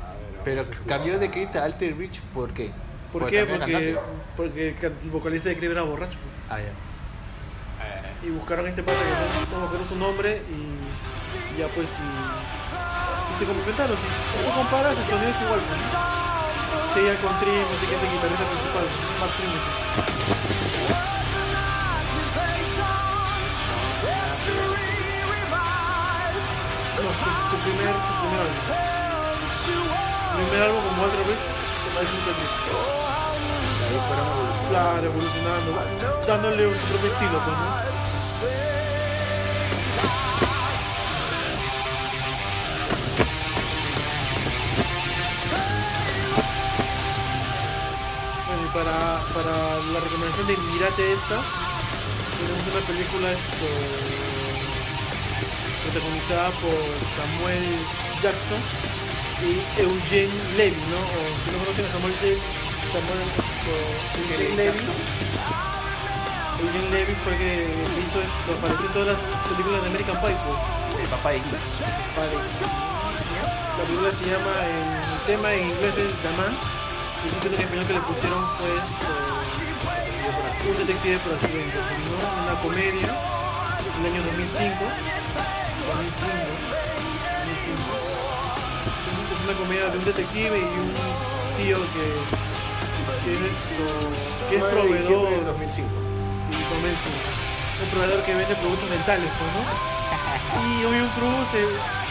D: A ver, vamos
C: Pero
D: a escuchar.
C: cambió de Crita a Alter Bridge, ¿por qué?
B: ¿Por qué?
C: cambió
B: Porque,
C: de cantante.
B: porque el can- el vocalista de Creep era borracho. pues.
C: Ah, ya.
B: Y buscaron a este pata que no- no me acuerdo su nombre y ya pues y, y se complementaron. Si, si tú comparas, el sonido es igual. pues, ¿no? Seguía con Trinity, que es el guitarrista principal, Mark Trinity. No, su, su primer, su primer álbum. primer álbum con Walter Bridge, es mucho tiempo.
D: Ahí fueron evolucionando.
B: Claro, evolucionando, dándole un propio estilo, pues, ¿no? Bueno, y eh, para, para la recomendación de Mirate esta, tenemos una película esto, protagonizada por Samuel Jackson y Eugene Levy, ¿no? O si no conocen a Samuel J. Samuel o Eugene Levy. Eugene Levy fue el que hizo esto, apareció en todas las películas de American Pie, pues.
C: El papá de Glee.
B: Vale. La película se llama eh, El tema en inglés es The Man. Y el título en español que le pusieron fue este, Un detective por accidente. ¿no? Una comedia del año 2005. 2005. 2005. Es una comedia de un detective y un tío que, que es esto, que es
D: 9 de diciembre del
B: proveedor
D: 2005.
B: y tome el suyo. Un proveedor que vende productos dentales, pues, ¿no? Y hoy un Cruz, eh,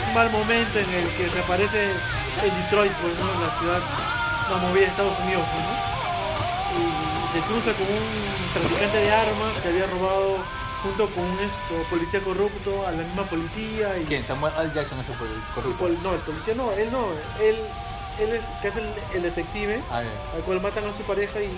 B: un mal momento en el que se aparece en Detroit, pues, ¿no? En la ciudad más movida de Estados Unidos, pues, ¿no? Y se cruza con un traficante de armas que había robado junto con un esto, policía corrupto a la misma policía y...
C: ¿Quién? Samuel L. Jackson es el
B: el
C: corrupto.
B: pol- no, el policía no, él no, él, él es, que es el, el detective
C: Ah, bien.
B: al cual matan a su pareja y,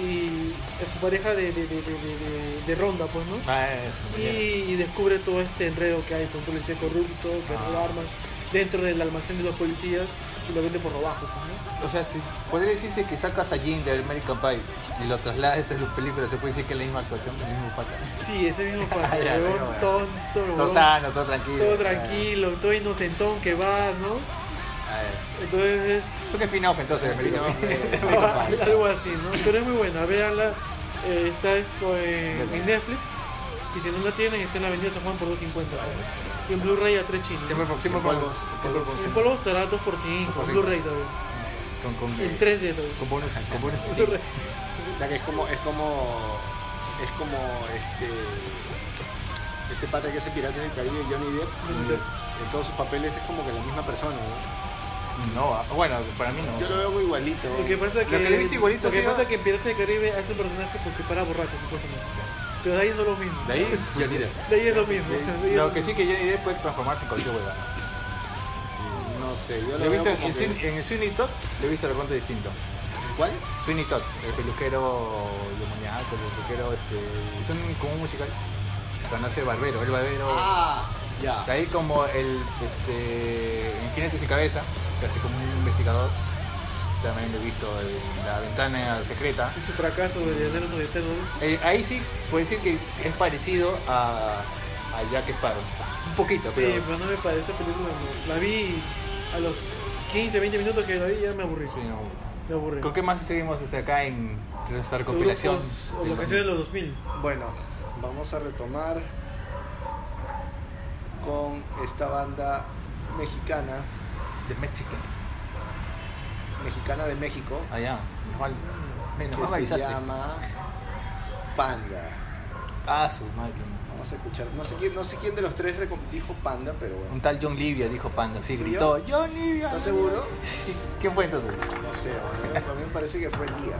B: y a su pareja de, de, de, de, de- de- de ronda, pues, ¿no?
C: Ah, es un bien.
B: Y, y descubre todo este enredo que hay con un policía corrupto, que
C: Ah.
B: roba armas dentro del almacén de los policías y lo vende por lo bajo, pues, ¿no?
C: O sea, si- podría decirse que sacas a Jim de American Pie y lo trasladas entre sus películas, se puede decir que es la misma actuación, el mismo pata.
B: Sí, ese mismo
C: Ah,
B: fan,
C: ya,
B: huevón
C: ya, ya.
B: tonto,
C: Todo
B: huevón,
C: sano, todo tranquilo.
B: todo tranquilo, todo inocentón que va, ¿no?
C: Ah, ah,
B: Entonces es-
C: Es un spin-off entonces de American
D: Spin-off
C: Pie.
D: de-
C: American Pie.
B: algo así, ¿no? Pero es muy buena, véanla. eh, está esto en, en Netflix. Y si no la tienen, está en la Avenida San Juan por 250. Y en Blu-ray a 3 chinos.
C: Siempre, por- siempre
D: En
C: por-
D: polvos,
C: siempre por-
B: En polvo estará 2 por 5
C: por
B: en
C: cinco.
B: Blu-ray todavía.
C: con, con,
B: En 3D todavía.
C: con bonus, con bonus.
B: En
C: sí.
B: Blu-ray.
D: O sea que es como, es como, es como este, este pata que hace Piratas del Caribe, Johnny Depp.
B: Johnny Depp.
D: En todos sus papeles es como que la misma persona, ¿no?
C: No, ah, bueno, para mí no.
D: Yo lo veo muy igualito.
B: Lo que pasa
C: Lo
B: que,
C: que le viste igualito,
B: lo que
C: sí,
B: pasa
C: ¿no?
B: que en Piratas del Caribe hace un personaje porque para borracho, supuestamente. Pero de ahí es lo mismo.
C: De ahí, Johnny Depp.
B: De ahí es lo mismo. De ahí es
C: Lo que sí que Johnny Depp puede transformarse en cualquier huevada.
D: No sé, yo
C: Lo
D: lo,
C: he
D: veo
C: visto
D: como
C: en,
D: que-
C: Swin- en Sweeney Todd, lo he visto de pronto distinto.
D: ¿Cuál?
C: Sweeney Todd, el peluquero demoníaco, el peluquero, este, es un, como un musical. Pero no hace barbero, el barbero.
D: Ah, ya.
C: De ahí como el, este, en Jinetes y Cabeza, que hace como un investigador. También lo he visto en La Ventana Secreta.
B: su fracaso de enero sobre ¿no?
C: Eh, ahí sí, puede decir que es parecido a, a Jack Sparrow. Un poquito,
B: Sí,
C: pero...
B: pero no me parece esa película. no. La vi a los 15, 20 minutos que la vi ya me aburrí.
C: Sí, no me gusta.
B: Me aburrí.
C: ¿Con qué más seguimos hasta acá en nuestra recopilación?
B: Grupos O
C: del
B: la canción de los 2000.
D: Bueno, vamos a retomar con esta banda mexicana,
C: domingo? de México.
D: mexicana de México,
C: Allá, normal. Menos
D: que
C: mal
D: se
C: avisaste.
D: llama Panda.
C: Ah, su madre.
D: Vamos a escuchar. No sé quién, no sé quién de los tres reco- dijo panda, pero
C: Un
D: bueno.
C: tal John Livia dijo panda, sí,
D: ¿Fui
C: gritó.
D: yo?
C: John Livia.
D: ¿Estás seguro?
C: Sí. ¿Quién fue entonces?
D: No sé, a mí, a mí me parece que fue el día.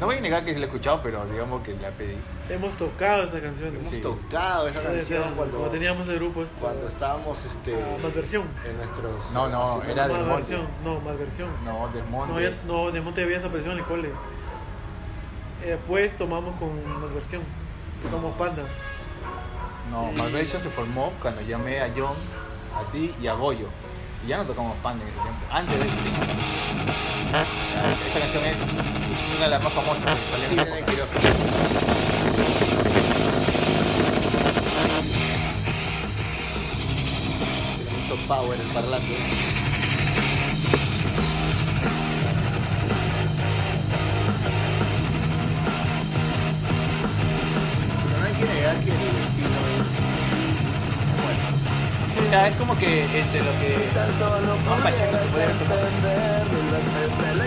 C: No voy a negar que sí la he escuchado, pero digamos que la pedí.
B: Hemos tocado esa canción.
D: Hemos
C: Sí.
D: tocado esa canción cuando,
B: Cuando teníamos el grupo este,
D: cuando estábamos este,
B: ah, Malversión.
D: en nuestros.
C: No, no,
D: así,
C: era Ah, de- Del
B: Malversión. No, Malversión.
C: No, Desmonte.
B: No, ya, no, de Monte había desaparecido en el cole. Eh, después tomamos con Malversión. Somos panda.
C: No,
B: Sí.
C: Malversia se formó cuando llamé a John, a ti y a Goyo. Y ya no tocamos panda en ese tiempo. Antes de eso, sí. Esta canción es una de las más famosas que salió en
D: Sí,
C: esa
D: en el
C: época.
D: quirófano. Tiene mucho power el parlante. Pero no hay que negar que el estilo es bueno.
C: O sea, es como que entre lo que. Más pacheco que puede haber tocado. A mí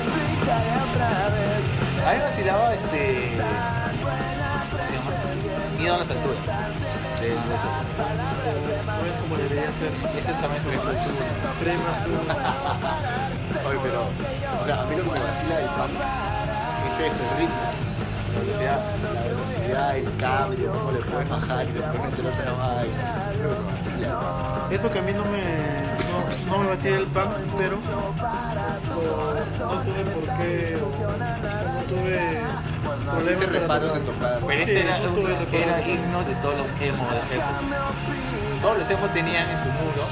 C: me vacilaba este. ¿Cómo se llama? Miedo a las alturas. De los
B: No es como debería ser.
C: Ese es también su virtud.
B: Prema
D: Oye, pero, o sea, a mí lo que me vacila del punk es eso, el ritmo,
C: La velocidad.
D: la velocidad, el cambio, cómo le puedes bajar y le puedes meter otra vaina. Eso es lo que me vacila.
B: Eso que a mí no me, no, no me va a tirar el pan, pero o, no tuve por qué, o, no tuve problemas
D: Tuviste
B: para
D: reparos
B: tocar.
D: este en tocar.
C: Pero este era,
B: Sí, justo eso,
C: era
B: pero-
C: himno de todos los emos de esa época. Todos los emos tenían en su muro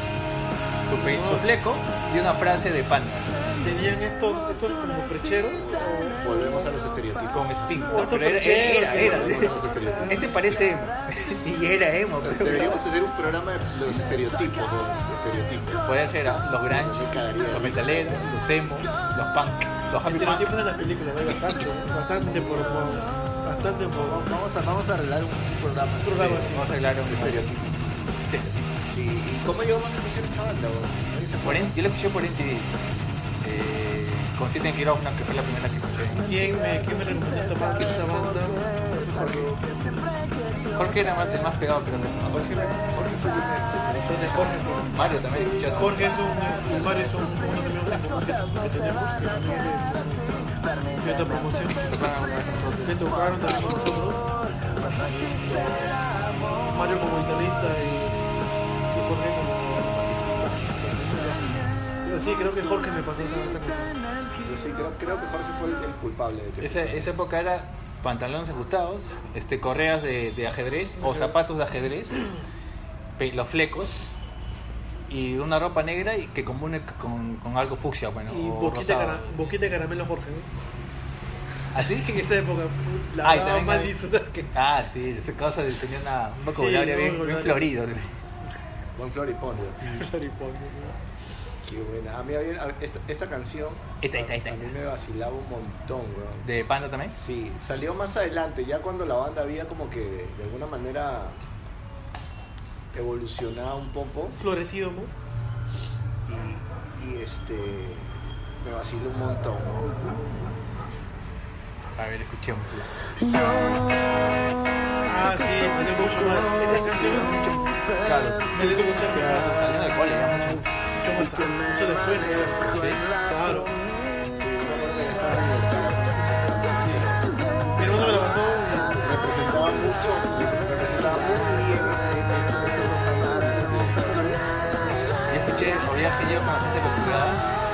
C: su, pe- su fleco y una frase de panda.
B: Tenían estos, estos como precheros. o-
D: Volvemos a los estereotipos.
C: Con spin.
B: Otro
C: Pero era,
B: pechero,
C: era, era.
D: Volvemos a los estereotipos.
C: Este parece emo. y era emo. pero-
D: Deberíamos hacer un programa de de los estereotipos, ¿no? de estereotipos.
C: Podría ser ah, los
D: Me cagaría
C: grunge,
D: de
C: los
D: risa.
C: metaleros, los emo, los punk, los
B: Este,
C: happy punk.
B: Estereotipos de las películas, hay bastante, bastante por bastante por
D: Vamos a, vamos a arreglar un programa.
B: Un programa, sí.
C: Vamos a hablar de
D: de
C: un estereotipo.
D: estereotipos.
C: estereotipos.
D: Sí, ¿y cómo llegamos a escuchar esta banda? bro? Nadie se acuerda.
C: Por en- yo la escuché por NTV. Eh, con 7 en Kirovna, que fue la primera que escuché.
B: ¿Quién me, quién me recomendó esta ba- esta banda?
C: Jorge era más el más pegado, pero que eso no.
D: Jorge, Jorge fue el primer-
B: Son de Jorge. pues.
C: Mario también escuchas.
B: Jorge es un, un Mario es un, uno de los componentes que tenemos que también de esta promoción. Que tocaron también con nosotros. Mario como guitarrista y, y Jorge como bajista. Pero sí, creo que Jorge me pasó esa esa canción.
D: Yo sí, creo, creo que Jorge fue el, el culpable. de que-
C: Esa, esa época era pantalones ajustados, este, correas de, de ajedrez o zapatos de ajedrez, pe- los flecos y una ropa negra y que combine con, con algo fucsia, bueno,
B: Y
C: o
B: boquita,
C: rosado.
B: cara- boquita de caramelo Jorge. ¿no?
C: ¿Así?
B: En esa época, la
C: Ay,
B: brava
C: también hay-
B: maldita que...
C: Ah, sí, esa cosa de, tenía una, un vocabulario
B: Sí,
C: bien,
B: un
C: bien
B: vocabulario.
C: florido.
D: Buen floripondio. Qué buena. A mí, había- a- esta, esta canción
C: Esta, esta, esta,
D: a mí
C: esta.
D: me vacilaba un montón, weón.
C: ¿De panda también?
D: Sí, salió más adelante, ya cuando la banda había como que de alguna manera evolucionado un poco
B: Florecido, ¿no?
D: y, y, este me vaciló un montón.
C: A ver, escuchemos.
B: Ah, sí, salió mucho más. Esa canción
C: Claro,
B: me le hizo mucha pena.
C: saliendo del cole ya mucho.
B: Mucho más, mucho después, ¿no? Claro.
D: Sí, me acuerdo que estaba en el salón cuando escuché esta canción,
B: Mi hermano me la pasó.
D: pero representaba mucho, representaba muy bien ese- ese- ese- esos años de música.
C: Yo escuché, había que yo con la gente que estudiaba,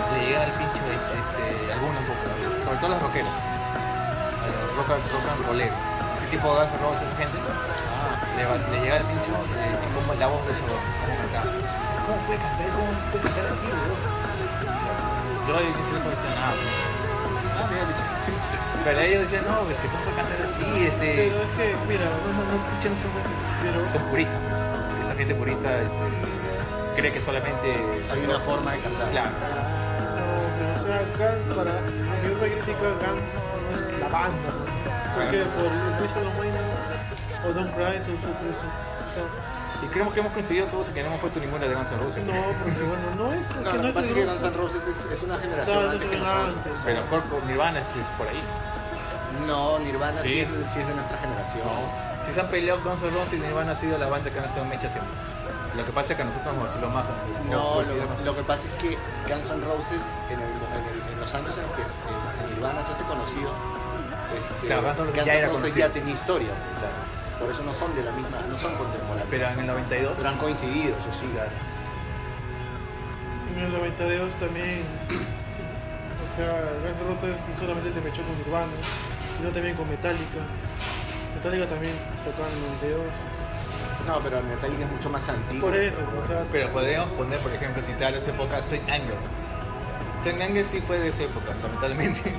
C: le llegaba el pincho de este, algunos poco, sobre todo los rockeros, a los rock, rock and rolleros, ese tipo de Guns N' Roses, esa gente,
D: Ah.
C: le, va- le llegaba el pincho eh, y como la voz de su como cantaba. Dice, ¿Cómo puede cantar? ¿Cómo puede cantar así, bro? Yo ahí diciendo como diciendo, ah, ah, mira el bicho. Pero ellos decían, no, este, ¿cómo puede cantar así? Este,
B: Pero es que, mira, no, no, no escuchan su Pero
C: son puristas, pues. esa gente purista este, cree que solamente...
D: Hay una forma de cantar.
C: Claro.
B: No, pero o sea, Guns para a mí me critica Guns no es la banda. ¿no? Porque
D: Ah,
B: por el juicio de los Wayne o Don't Cry son su
C: Y creemos que hemos conseguido todo eso que no hemos puesto ninguna de Guns N' Roses.
B: No, porque bueno, no es.
D: Claro,
B: que no
D: lo que
B: es el
D: pasa es que
B: grupo.
D: Guns N' Roses es, es una generación
B: Claro,
D: antes que
B: es una
D: nosotros.
B: antes.
C: Pero Corco, Nirvana este, es por ahí.
D: No, Nirvana sí,
C: Sí.
D: es, sí es de nuestra generación.
C: Si se han peleado Guns N' Roses, Nirvana ha sido la banda que han estado en mecha siempre. Lo que pasa es que a nosotros nos vaciló más.
D: No,
C: Por- por decir,
D: lo, lo que pasa es que Guns N' Roses en, el- en el- en los años en los que, es- en los que Nirvana se hace conocido, este,
C: Claro, Guns N' Roses ya
D: N'
C: era
D: Roses
C: conocido.
D: ya tenía historia. Por eso no son de la misma, no son contemporáneos. Pero,
C: Pero en el 92.
D: han coincidido, eso sí.
B: En el 92 también. O sea, Guns N' Roses no solamente se mechó con Nirvana, sino también con Metallica. Metallica también tocaban en el 92.
D: No, pero Metallica es mucho más antiguo.
B: Por eso, o sea,
C: Pero podríamos poner, por ejemplo, citar esa época, Saint Anger. Saint Anger sí fue de esa época, lamentablemente.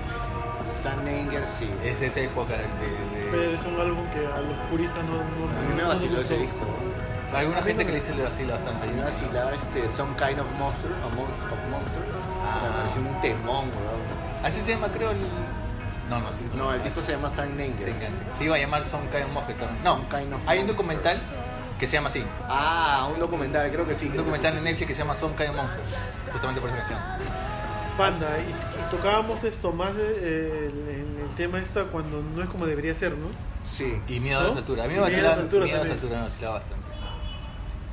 D: San Angel sí.
C: Es esa época de. de- de-
B: pero es un álbum que a los puristas no. no
D: A mí me
B: no
D: vaciló ese
B: gustó.
D: disco.
C: Alguna gente que le dice le vacila
D: A
C: bastante.
D: mí me vacilaba este Some Kind of Monster, a Monster of Monster. Me
C: Ah.
D: pareció un temón, weón.
C: Así se llama, creo, el. No, no, así se
D: No, el disco se llama San Angel.
C: Se engaña. Se iba a llamar Some Kind of Monster. No,
D: Some Kind of
C: hay un
D: Monster.
C: documental que se llama así.
D: Ah, un documental, creo que sí.
C: Un
D: creo que
C: documental
D: sí,
C: en
D: sí, sí.
C: Netflix que se llama Some Kind of Monster. Justamente por esa canción.
B: Panda, y, y tocábamos esto más eh, el- en el, tema esta cuando no es como debería ser, ¿no?
D: Sí,
C: Y Miedo a
B: ¿No?
C: las alturas. A mí
B: Y
C: me
B: Miedo a
C: vacilaba,
B: las alturas
C: Miedo a las
B: también.
C: alturas me vacilaba bastante.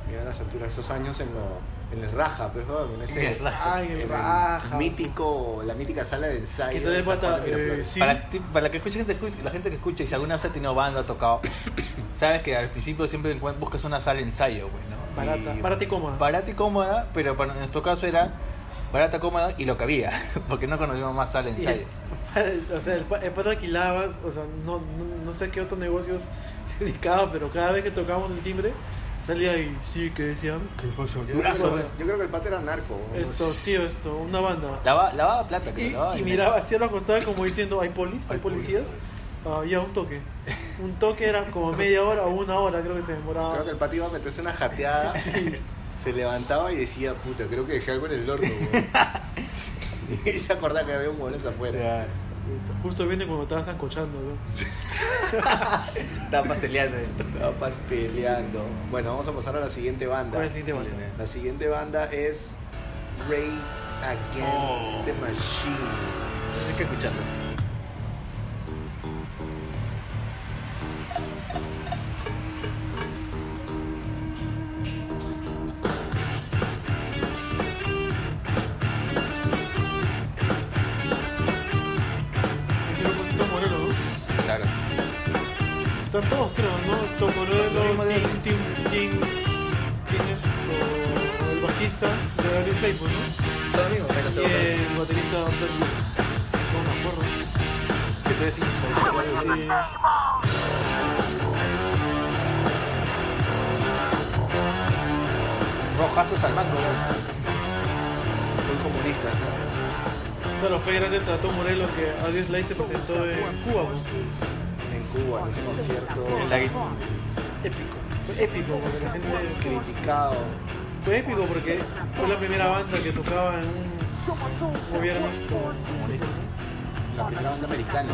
D: mira las alturas, esos años en, lo- en el Raja, pues, weón, en ese
C: En el Raja.
B: Ay,
D: en
B: el
D: el
B: raja.
D: mítico, la mítica sala de ensayo.
B: Que se
D: de
B: dé
D: San Juan
B: pata,
D: de Miraflores.
B: eh, sí.
C: Para, ti- para la, que escuche, gente escuche- la gente que escucha y si alguna vez ha tenido banda, ha tocado, sabes que al principio siempre encuent- buscas una sala de ensayo, pues, ¿no?
B: Barata, barata y cómoda.
C: Barata y cómoda, pero para- en nuestro caso era barata, cómoda y lo que había, porque no conocíamos más sala de
B: Y
C: ensayo.
B: el- o sea, el, pa- el pata alquilaba, o sea, no, no, no sé qué otros negocios se dedicaba, pero cada vez que tocábamos el timbre salía y sí, que decían,
D: Durazo,
B: Yo creo-
D: weón. yo creo que el pata era narco. weón.
B: eh. esto, tío, esto, una banda.
C: Lava- lavaba plata, creo.
B: Y,
C: lavaba
B: y
C: dinero.
B: miraba hacia la costada como diciendo, ¿hay polis? ¿Hay policías? Ah, ya, un toque. Un toque era como media hora o una hora, creo que se demoraba.
D: Creo que el pata iba a meterse una jateada, se levantaba y decía, puta, creo que dejé algo en el horno. weón". y se acordaba que había un boleto afuera.
C: Ya.
B: Puta, Justo viene cuando estaba zancochando, ¿no?
D: Está pasteleando.
B: eh.
D: Está pasteleando. Bueno, vamos a pasar a la siguiente banda.
B: ¿Cuál es la siguiente banda?
D: La siguiente banda es Race Against
C: Oh.
D: the Machine.
C: Hay que escucharlo.
B: Es un poquito Morelos, ¿no?
C: Claro.
B: Están todos, creo, ¿no? Tom
C: Lo mismo
B: Morelos,
C: de-
B: Tim, Tim, Tim, Tim, esto, el bajista de Daniel Playboy, ¿no?
C: Son amigos, me
B: Y eh, el baterista Fred Wood. No eh, me acuerdo.
C: Que tú decís, ¿sabes?
B: Sí.
C: Rojazos al mango, ¿no?
D: Muy comunista.
B: Claro, fue gracias a Tom Morelos que Adios Slay se presentó en Cuba, pues.
D: En Cuba, en ese concierto
C: En la guitarra.
B: Épico. Fue épico porque la gente
D: criticado.
B: Fue épico porque fue la primera banda que tocaba en un gobierno comunista.
D: La primera banda americana.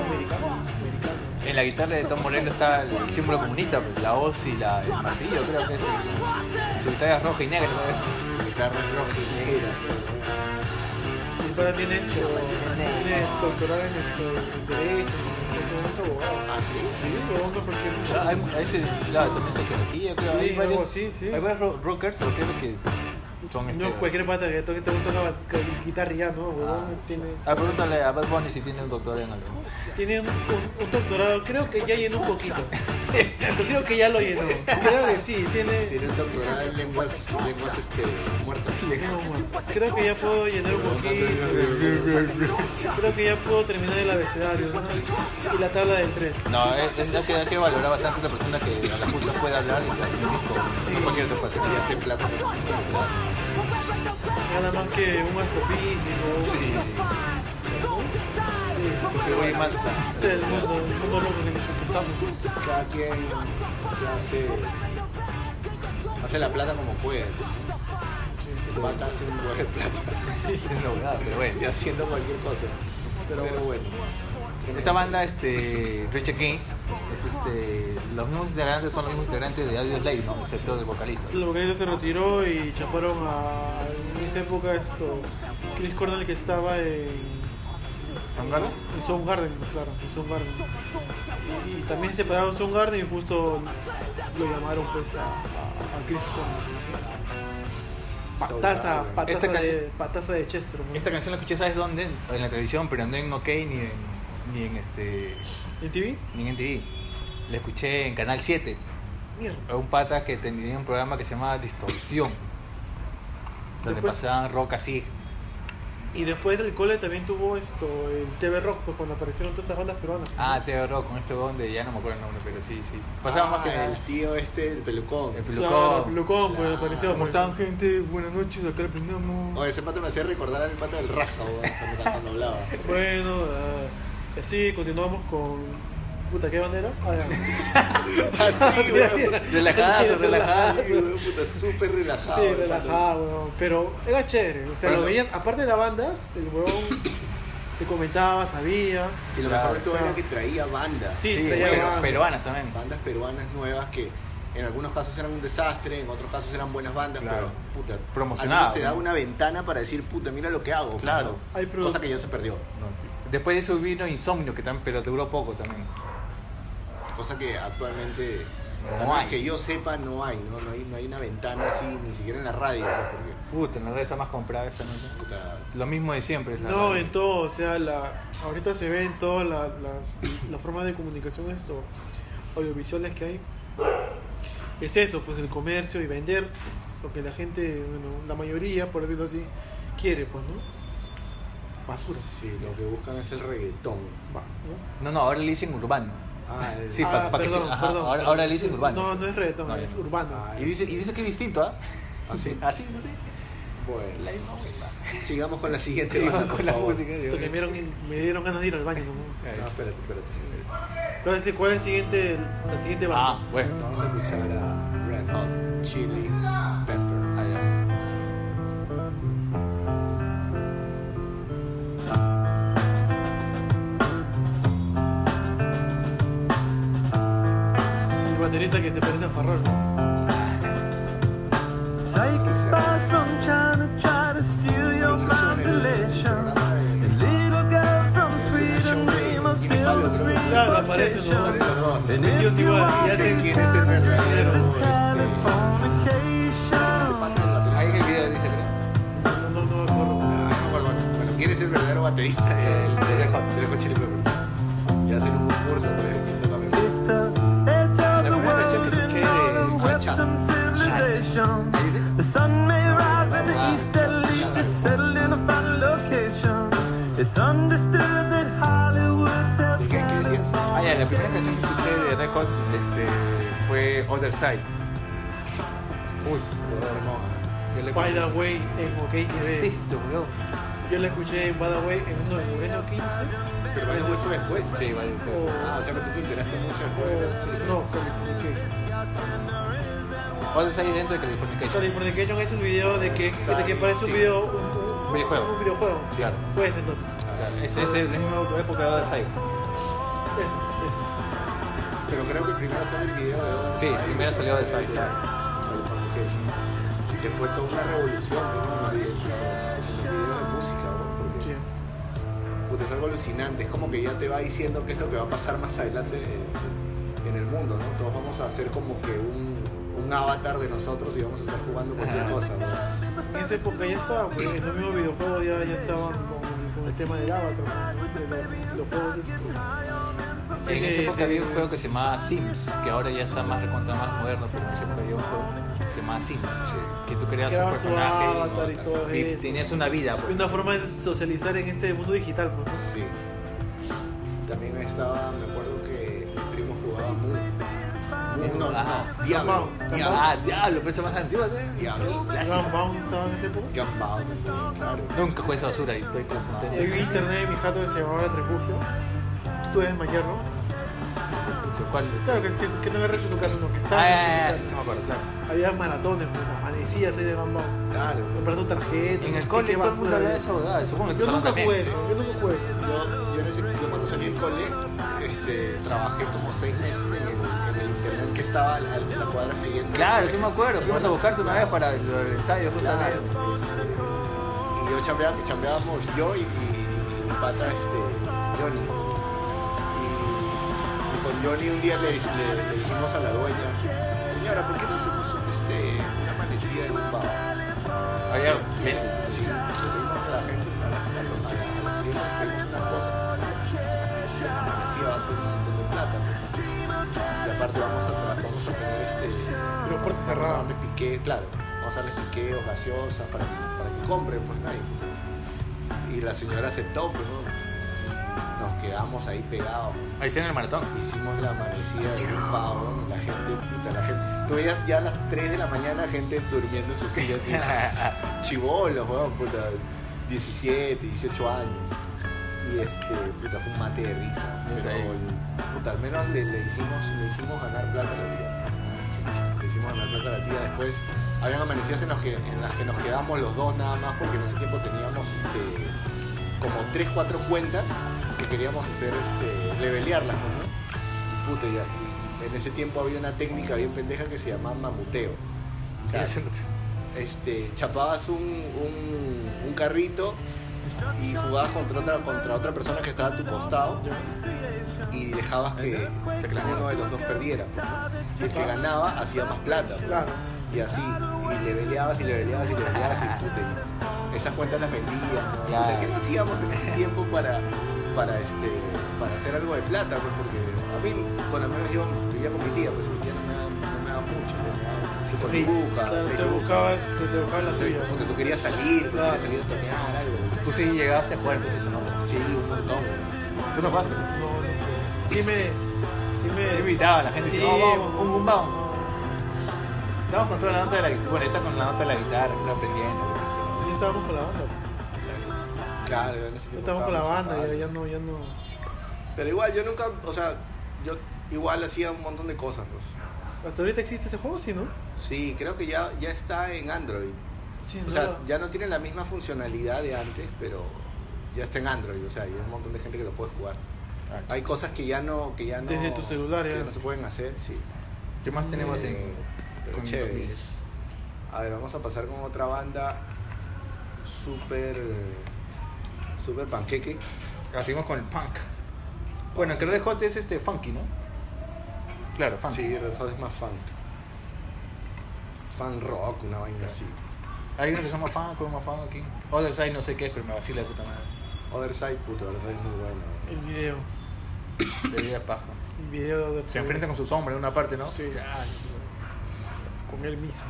C: En la guitarra de Tom Morello está el símbolo comunista, pues, la hoz y la, el martillo, creo que es. Y Su guitarra es roja y negra, ¿no?
D: Guitarra roja y negra.
B: Mi padre tiene esto, tiene doctorado en esto, en derecho, en eso, es abogado. ¿Ah, sí? Sí, abogado porque...
C: Ah, Hay, hay ese- claro, también sociología, creo.
B: Sí,
C: hay
B: algo
C: varios,
B: así, sí.
C: hay varios ro- rockers, o creo que son este,
B: No, cualquier pata que toque, te toca guitarra y ya, ¿no?
C: Ah.
B: Huevón, tiene,
C: Ah, pregúntale a Bad Bunny si tiene un doctor en algo.
B: tiene un, un- un doctorado, creo que ya llenó un poquito. creo que ya lo llenó. Creo que sí, tiene...
D: Tiene un doctorado en lenguas, lenguas este, muertas.
B: No, bueno, creo que ya puedo llenar un poquito. Creo que ya puedo terminar el abecedario, ¿no? Y la tabla del 3.
C: No, es, es- hay que, hay que valorar bastante la persona que a la justa puede hablar y hace un disco. No cualquier otra persona.
D: Y hace plata.
B: Nada más que un astrofísico.
C: Sí. Pero voy más.
B: Ese Es el mundo, el mundo loco en el que estamos.
D: Cada quien se hace, hace la plata como puede. El pata hace un huevo de plata.
C: Es una abogada, pero bueno.
D: Y haciendo cualquier cosa. Pero, bueno.
C: Esta banda, este, Richard Kings, es este, los mismos integrantes son los mismos integrantes de Audio Slave, ¿no? excepto del vocalista.
B: El vocalista se retiró y chaparon a en esa época esto. Chris Cornell que estaba en,
C: ¿Soundgarden?
B: en Soundgarden, claro, en Soundgarden. Y, y también separaron Soundgarden y justo lo llamaron pues a, a- a Chris Cornell. Pataza,
D: Soundgarden.
B: pataza,
C: Esta can-
B: de, pataza de Chester. ¿no?
C: Esta canción la escuché, ¿sabes dónde? En la televisión, pero no en OK ni en, ni en este,
B: ¿En TV?
C: ni en TV. La escuché en Canal 7,
B: Mierda.
C: a un pata que tenía un programa que se llamaba Distorsión, donde
B: Después-
C: pasaban rock así.
B: Y después del cole también tuvo esto, el TV Rock, pues cuando aparecieron tantas bandas peruanas.
C: Ah, Teo Rock, con este donde ya no me acuerdo el nombre, pero sí, sí. Pasaba más que
D: Ah,
C: nada.
D: el tío este, el pelucón.
C: El
B: Claro,
C: pelucón.
B: Pelucón, pues, apareció,
C: ¿Cómo
B: pues.
C: están, gente? Buenas noches, acá aprendemos.
D: Oye, ese pata me hacía recordar al pata del raja, weón, cuando- cuando hablaba.
B: Bueno, ah, y así continuamos con. Puta, ¿qué bandera? Ah, ya.
D: Así, Ah, weón.
C: Relajadazo, relajadazo.
D: Sí, weón, puta, súper relajado.
B: sí,
D: el pata.
B: relajado, weón. Pero era chévere, o sea,
D: Pero-
B: lo veías, aparte de las bandas, el huevón te comentaba, sabía.
D: Y lo
C: Claro.
D: mejor de todo era que traía bandas.
B: Sí,
C: Sí,
B: traía
C: pero-
B: bandas.
C: peruanas también.
D: Bandas peruanas nuevas que en algunos casos eran un desastre, en otros casos eran buenas bandas,
C: Claro.
D: pero puta,
C: Promocionado,
D: al menos te da
C: ¿no?
D: una ventana para decir, puta, mira lo que hago.
C: Claro.
D: ¿no?
B: Hay
D: cosa
B: producto.
D: que ya se perdió.
C: No. Después de eso vino Insomnio, que también, pero duró poco también.
D: Cosa que actualmente,
C: No
D: al menos
C: hay.
D: que yo sepa, no hay, ¿no? No hay, no hay una ventana así, ni siquiera en la radio, ¿no? porque
C: Puta, en la red está más comprada esa nota.
D: puta,
C: Lo mismo de siempre. es la
B: No,
D: Ah,
C: radio.
B: en todo, o sea, la, ahorita se ven todas las las- las formas de comunicación esto, audiovisuales que hay. Es eso, pues el comercio y vender lo que la gente, bueno, la mayoría, por decirlo así, quiere, pues, ¿no? Basura.
D: sí, lo que buscan es el reggaetón.
B: Va, ¿no?
C: no, no, ahora le dicen urbano.
D: Ah, el-
C: Sí,
B: Ah,
C: pa- pa que
B: perdón,
C: se- ajá,
B: perdón,
C: ahora,
B: perdón.
C: ahora le dicen urbano.
B: No, no es reggaetón,
C: No,
B: es
C: ya.
B: urbano.
D: Ah,
C: Y dice, y dice que es distinto, ¿ah?
D: Así.
C: Así, no sé.
D: Bueno, sigamos con la siguiente
C: Sigamos
D: banda, por
C: con la
D: favor.
C: música.
B: Esto que me dieron, me dieron ganas de ir al baño, ¿no?
D: No, espérate, espérate.
B: ¿Cuál es, cuál es el siguiente, la siguiente
C: Ah,
B: banda?
C: bueno.
D: Vamos a escuchar a Red Hot Chili Peppers.
C: Ah,
B: Red baterista que se parece a Farrell.
F: Psychic spies from China try to steal your
D: Incluso en el
F: population.
D: programa
F: The
D: de-
F: little girl from Sweden dream of silver screen
B: Claro, aparece en los
F: protection.
B: Simpsons.
F: And if
B: Vestidos
F: you
B: igual y
F: are
B: hacen
D: quién es el verdadero.
F: having
D: Este,
F: fornication.
D: Ahí
C: Ahí
D: en
C: en
D: el video dice,
B: No, no, no me acuerdo.
C: Ah,
D: Bueno, ¿quién es el verdadero baterista del de Red Hot? Del Hot Chili
C: pues,
D: Peppers? Y hacen un concurso de
F: It's the edge of the
C: primera canción
F: world
C: que escuché
F: in
C: de
F: modern Western civilization. The sun may rise in the east and leave it settled in a final location. It's understood that Hollywood's
D: ¿Y qué- qué decías?
C: Ah, ya, la primera canción que escuché de Red Hot este, fue Other Side.
D: Uy, hermosa. Yo le
B: By the way, en OK TV.
C: esto, weón?
B: Yo la escuché en By the way en uno de Moreno 15.
D: Pero Vale Güey fue después.
C: Sí, Pues, vale.
D: Ah, o sea que tú te enteraste mucho después de Red Hot Chili
B: o- No, Californication.
C: Other Side dentro de Californication.
B: Californication es un video de que, de que parece un
C: Sí.
B: video. Un, un-
C: Videojuego.
B: Un videojuego.
C: Sí, claro.
B: Pues entonces.
C: Ese es el mismo época de Other Side.
B: Ese, ese.
D: Peppers. Pero creo que primero salió el video de Other
C: Sí,
D: Side,
C: primero salió Other Side,
D: de-
C: claro.
D: Californication. Que fue toda una revolución ¿no? en los videos en los videos de música, ¿no? Porque- Puta, es algo alucinante, es como que ya te va diciendo qué es lo que va a pasar más adelante en- en el mundo, ¿no? Todos vamos a hacer como que un, un avatar de nosotros y vamos a estar jugando cualquier cosa, ¿no?
B: En esa época ya estaba, pues, en los mismos videojuegos ya, ya estaban con, con el tema del avatar, ¿no? de los, los juegos pues. estos.
C: Sí, en esa época había un juego que se llamaba Sims, que ahora ya está más recontra más moderno, pero en esa época había un juego que se llamaba Sims, que tú creabas un
B: Creabas tu
C: personaje y-
B: avatar y todo
C: y,
B: eso.
C: tenías una vida. pues.
B: Una forma de socializar en este mundo digital, pues, ¿no?
D: Sí. También estaba, me acuerdo que mi primo jugaba Moon. Moon, no,
C: Ajá.
D: no, Diablo.
B: Gunbound.
D: Diablo.
C: Ah, diablo, pero eso es más antiguo, ¿eh?
D: Diablo.
C: Clásico.
B: Gunbound estaba en esa época.
D: Gunbound también, claro.
C: Nunca jugué esa basura y estoy como contento.
B: En internet de mi jato que se llamaba El Refugio. Tú debes mañarlo.
C: ¿Cuál?
B: Claro, que, que, que no le recho tu carro, no, que
C: Ah,
B: está.
C: ya, ya, ya, sí, sí me acuerdo, claro.
B: Había maratones, pues, amanecías ahí de Gunbound.
D: Claro.
B: Comprar tu tarjeta.
C: En
B: no
C: el
B: sé
C: cole
B: qué
C: todo el mundo
B: basura
C: hablaba de
B: había.
C: esa huevada, supongo que tú
B: Yo nunca
C: también.
B: jugué, yo nunca jugué.
D: Yo, yo en ese- yo cuando salí del cole, este, trabajé como seis meses en el, en el internet que estaba al- al de la cuadra siguiente.
C: Claro, sí me acuerdo, fuimos a buscarte una vez para los ensayos justamente.
D: Claro, este, y yo chambeaba, chambeábamos yo y, y- y mi pata este, Johnny. Y, y con Johnny un día le, le- le dijimos a la dueña, señora, ¿por qué no hacemos un, este, una amanecida en un bar?
C: Oye, ven.
D: Sí, le dimos a la gente a la- a los- a la- a los tíos, les pedimos una cuota. Y la amanecida va a ser un montón de plata. ¿no? Y aparte vamos a, vamos a tener este
B: Pero puerta
D: vamos a
B: cerrada.
D: darle piqué, claro, vamos a darle piqué o gaseosa para, para que compren, pues nadie. Y la señora aceptó, pues ¿no? nos quedamos ahí pegados.
C: Ahí hicieron el maratón.
D: Hicimos la amanecida de un pavo, la gente, puta, la gente. Tú veías ya a las 3 de la mañana gente durmiendo en sus sillas, así, chibolos, weón, puta, 17, 18 años. Y este, puta, fue un mate de risa. Pero, puta, al menos le, le hicimos, le hicimos ganar plata a la tía. Le hicimos ganar plata a la tía. Después, habían amanecidas en, los que- en las que nos quedamos los dos nada más, porque en ese tiempo teníamos este, como 3, 4 cuentas que queríamos hacer, este, levelearlas, pues, ¿no? Y puta, ya. y En ese tiempo había una técnica bien pendeja que se llamaba mamuteo. O sea, este, chapabas un, un- un carrito y jugabas contra otra, contra otra persona que estaba a tu costado y dejabas que uno de los dos perdiera. Y el que ganaba hacía más plata.
B: Claro.
D: Y así, y le peleabas y le peleabas y le peleabas y puta, y Esas cuentas las vendías. ¿no?
C: Claro.
D: Puta, ¿Qué no hacíamos en ese tiempo para, para, este, para hacer algo de plata? pues? porque a mí, bueno, al menos yo vivía con mi tía, pues mi tía no me daba, no me daba mucho. ¿no? Me daba cinco
B: Sí,
D: lucas,
B: claro,
D: seis
B: te
D: lucas.
B: buscabas, te, te buscabas la
D: Sí,
B: suya.
D: ponte, tú querías salir, pues,
B: Claro.
D: querías salir a tonear, algo.
C: Tú sí llegaste a jugar entonces, ¿no?
D: Sí, un montón.
C: ¿Tú no jugaste?
B: No, no. Sí me. Sí me.
C: Yo invitaba a la gente
B: Sí,
C: decía, "Oh, vamos, un gumbao". Estamos con toda la nota de la guitarra. Bueno, está con la nota de la guitarra, que está aprendiendo. pues, lo que sea.
B: Ya estábamos con la banda.
D: Claro, en ese
B: Ya
D: tiempo
B: estábamos con la
D: estábamos
B: banda, ya,
D: zapados.
B: ya no, ya no.
D: Pero igual, yo nunca, o sea, yo igual hacía un montón de cosas. Pues.
B: Hasta ahorita existe ese juego, sí, ¿no?
D: Sí, creo que ya, ya está en Android.
B: Sí,
D: O sea, ya no tiene la misma funcionalidad de antes, pero ya está en Android. O sea, hay un montón de gente que lo
C: Ah,
D: puede jugar. Hay cosas que ya no, que ya no,
B: Desde tu celular,
D: que
B: ya.
D: no se pueden hacer, sí.
C: ¿Qué más tenemos en.?
D: Eh, pero
C: con
D: chéveres.
C: 2000s?
D: A ver, vamos a pasar con otra banda súper. súper panqueque.
C: Ah, seguimos con el punk. Bueno, que Red Hot es este funky, ¿no? Claro, funky.
D: Sí, Red Hot es más funk. Fan rock, una vaina así.
C: Hay uno que se llama funk, uno más funky. Other Side no sé qué es, pero me vacila de puta madre.
D: Other Side, puto, Other Side es muy bueno.
B: El video.
C: Le di a paja.
B: El video de
C: Se enfrenta con su sombra en una parte, ¿no?
B: Sí. Con él mismo.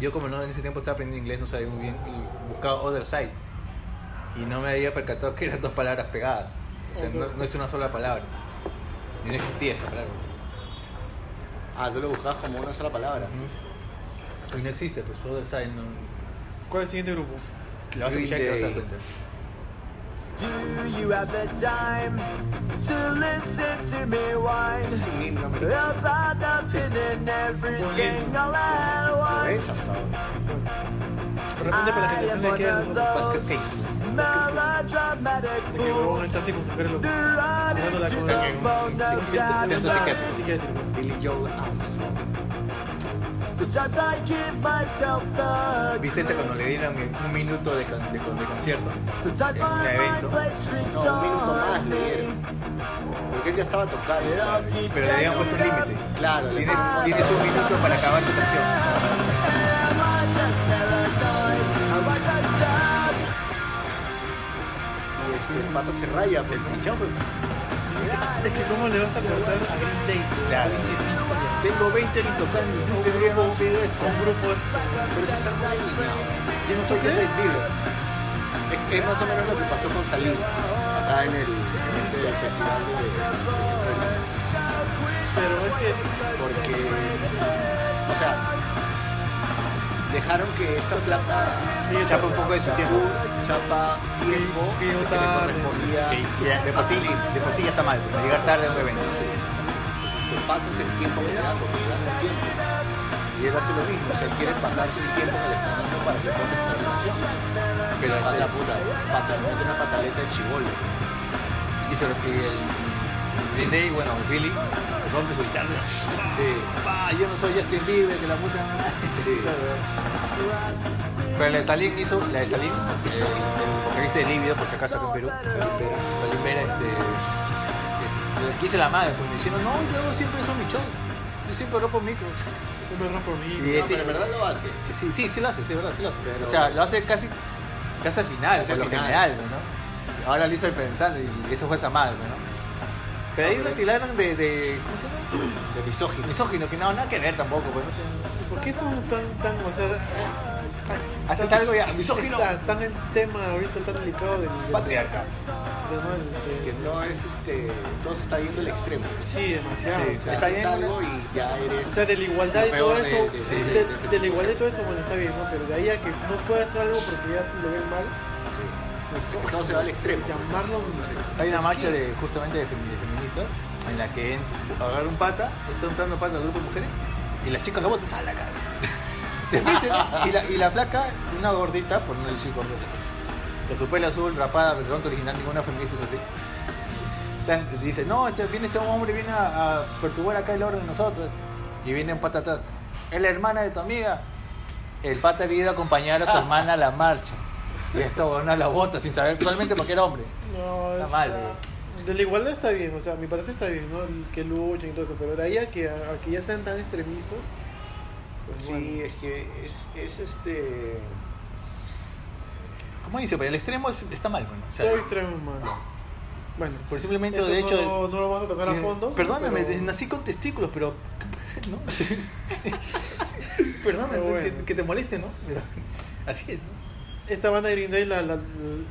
C: Yo como no en ese tiempo estaba aprendiendo inglés, no sabía muy bien, y buscaba Other Side. Y no me había percatado que eran dos palabras pegadas. O sea, no, no es una sola palabra. Y no existía esa palabra.
D: Ah, tú lo buscabas como una sola palabra.
C: Y no existe, pues Other Side no...
B: ¿Cuál es el siguiente grupo?
C: La vas a
D: Green
C: escuchar y te vas a dar
D: Day.
C: cuenta.
F: Do you have the time to listen to me whine
D: Ese es un himno americano.
F: about nothing and everything all at
D: Lo
F: once?
D: es hasta ahora.
B: Corresponde para la generación de aquí.
F: Ay,
B: ¿no?
C: Basket Case.
F: Melodramatic
B: De que
F: fool,
B: Bowen está así con su cara loca.
F: neurotic
B: Dándole
F: to
B: con-
F: the bone, no doubt
C: Siento
F: about it.
C: psiquiátrico.
B: Psiquiátrico.
D: Billy Joel Armstrong.
F: Sometimes I give myself the
C: ¿Viste ese cuando le dieron un minuto de, can- de, con- de concierto?
F: Sometimes
C: En
F: my
C: un
F: mind
C: evento.
F: plays tricks
D: No, un minuto más
F: on
D: le
F: me.
D: dieron. Porque él ya estaba tocando. claro.
C: Pero le habían puesto un límite.
D: Claro, le
C: Tienes,
D: ah,
C: tienes un minuto para acabar tu canción.
F: Am I just paranoid? Am I just sad?
D: Y este, el pata se raya. pues, ¿no?
B: Es que cómo le vas a cortar a Green Day.
C: Claro.
D: Tengo 20 años tocando. y nunca había vivido esto.
B: Un grupo este.
D: Pero ese es el no. Yo no soy Justin Bieber. Es, es más o menos lo que pasó con Salir. Acá en, el, en este festival de, de Centro de Lima.
B: Pero es que
D: porque, o sea, dejaron que esta plata chapa un poco de su tiempo, chapa tiempo que
B: Que
D: le
B: llegó tarde.
D: correspondía.
C: de, por sí, de por sí ya está mal, llegar tarde a un evento.
D: Entonces tú pasas el tiempo que te dan porque le das el tiempo. Y él hace lo mismo, o sea, él quiere pasarse el tiempo que le están dando para que pongas esta canción. Pero es
C: este
D: la puta, pata, mete una pataleta de chivolo.
C: Y, se, y el Green Day, bueno, Billy, rompe su guitarra.
D: Sí,
C: Pa, Ah, yo no soy Justin Bieber, que la puta madre.
D: sí.
C: Pero la de Salim hizo, la de Salim, el, el vocalista de Lívido, por si acaso acá en Perú.
D: Salim Vera.
C: Salim Vera, este, este, le hice la madre, pues me dijeron, no, yo siempre soy mi show, yo siempre rompo micros.
B: yo me rompo mi
C: Y
D: No,
C: ese-
D: pero en verdad lo hace.
C: Sí, sí, sí lo hace, sí, de verdad, sí lo hace.
D: Pero-
C: o sea, lo hace casi, casi al final, por
D: Casi al
C: lo
D: final.
C: general, ¿no? Ahora lo hizo el pensando y eso fue esa madre, ¿no? Pero ahí
D: No,
C: lo
D: pero-
C: tiraron de, de, ¿cómo se llama?
D: De misógino.
C: Misógino, que no, nada que ver tampoco, pues. ¿no?
B: ¿Por qué son tan, tan, o sea,
C: Haces algo ya, misógino.
B: Está- Están en tema ahorita tan delicado del del-
D: Patriarca.
B: de- no, el- de-
D: Que todo es este. Todo se está yendo al extremo.
B: sí, demasiado.
D: Sí,
B: o, sea,
C: Está
D: está
C: bien,
D: algo y ya eres.
B: o sea, de la igualdad y
D: Lo
B: todo
D: peor
B: eso,
D: de-
B: de,
D: sí, sí,
B: de
D: de ese
B: la igualdad y todo eso, bueno, está bien, ¿no? Pero de ahí a que no pueda hacer algo porque ya lo ven mal,
D: sí. este, Todo se va al extremo.
B: llamarlo
C: Hay una marcha de, justamente de, femi- de feministas en la que ent- agarra un pata, está entrando pata al grupo de mujeres y las chicas lo botan, sal la cara. Te meten, y, la, y la flaca, una gordita, por no decir gordita, con su pelo azul, rapada, pero pronto original, ninguna feminista es así. Tan- Dice, no, este, viene este hombre, viene a, a perturbar acá el orden de nosotros. Y viene un pata atrás, es la hermana de tu amiga. El pata había ido a acompañar a su hermana a la marcha. Y esta huevona la bota sin saber actualmente porque era hombre.
B: No,
C: Está
B: o
C: mal, eh.
B: sea,
C: güey.
B: De la igualdad está bien, o sea, mi parece está bien, ¿no? El que luchen y todo eso, pero de ahí a que, a que ya sean tan extremistas, pues
D: Sí, es que es, es este.
C: ¿Cómo dice? Pero el extremo es- está mal, bueno. O sea,
B: bueno, todo extremo es malo. Bueno, pues,
C: por simplemente
B: eso
C: de hecho.
B: no, no lo vamos a tocar a
C: eh,
B: fondo.
C: Perdóname,
B: pero-
C: nací con testículos, pero. ¿No? Perdóname,
B: Pero bueno.
C: que, que te moleste, ¿no? Pero Así es, ¿no?
B: Esta banda de Green Day la, la,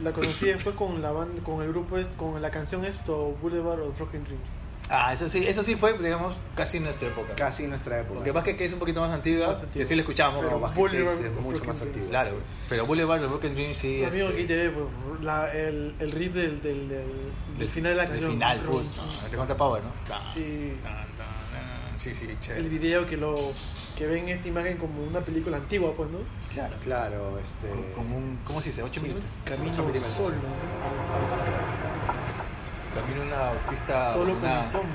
B: la conocí después con la banda, con el grupo, es- con la canción esto, Boulevard of Broken Dreams.
C: Ah, eso sí, eso sí fue, digamos, casi en nuestra época.
D: Casi nuestra época.
C: Lo que pasa es que es un poquito más antigua,
B: Más antigua.
C: que sí la escuchábamos.
D: Pero
C: ¿no?
D: bajo
B: Boulevard
D: es
B: of
D: mucho
B: Broken
D: más
B: Dreams.
D: antiguo.
C: Claro, pero Boulevard, el Broken Dream sí.
B: Los amigos
C: este,
B: aquí te ve, pues, la- el, el riff del, del, del, del final de la canción.
C: Del final, puta. Ah. Recontra Power, ¿no? Tan,
B: Sí.
C: tan, tan, tan. Sí, sí,
B: El
C: chévere.
B: video que lo que ven esta imagen como una película antigua, pues, ¿no?
C: Claro.
D: Claro, este.
C: Como un, ¿cómo se dice? ¿8 minutos?
B: Camino
D: Ocho milímetros.
B: solo,
C: También una pista.
B: Ah, solo con
C: una- Ah,
B: mi sombra,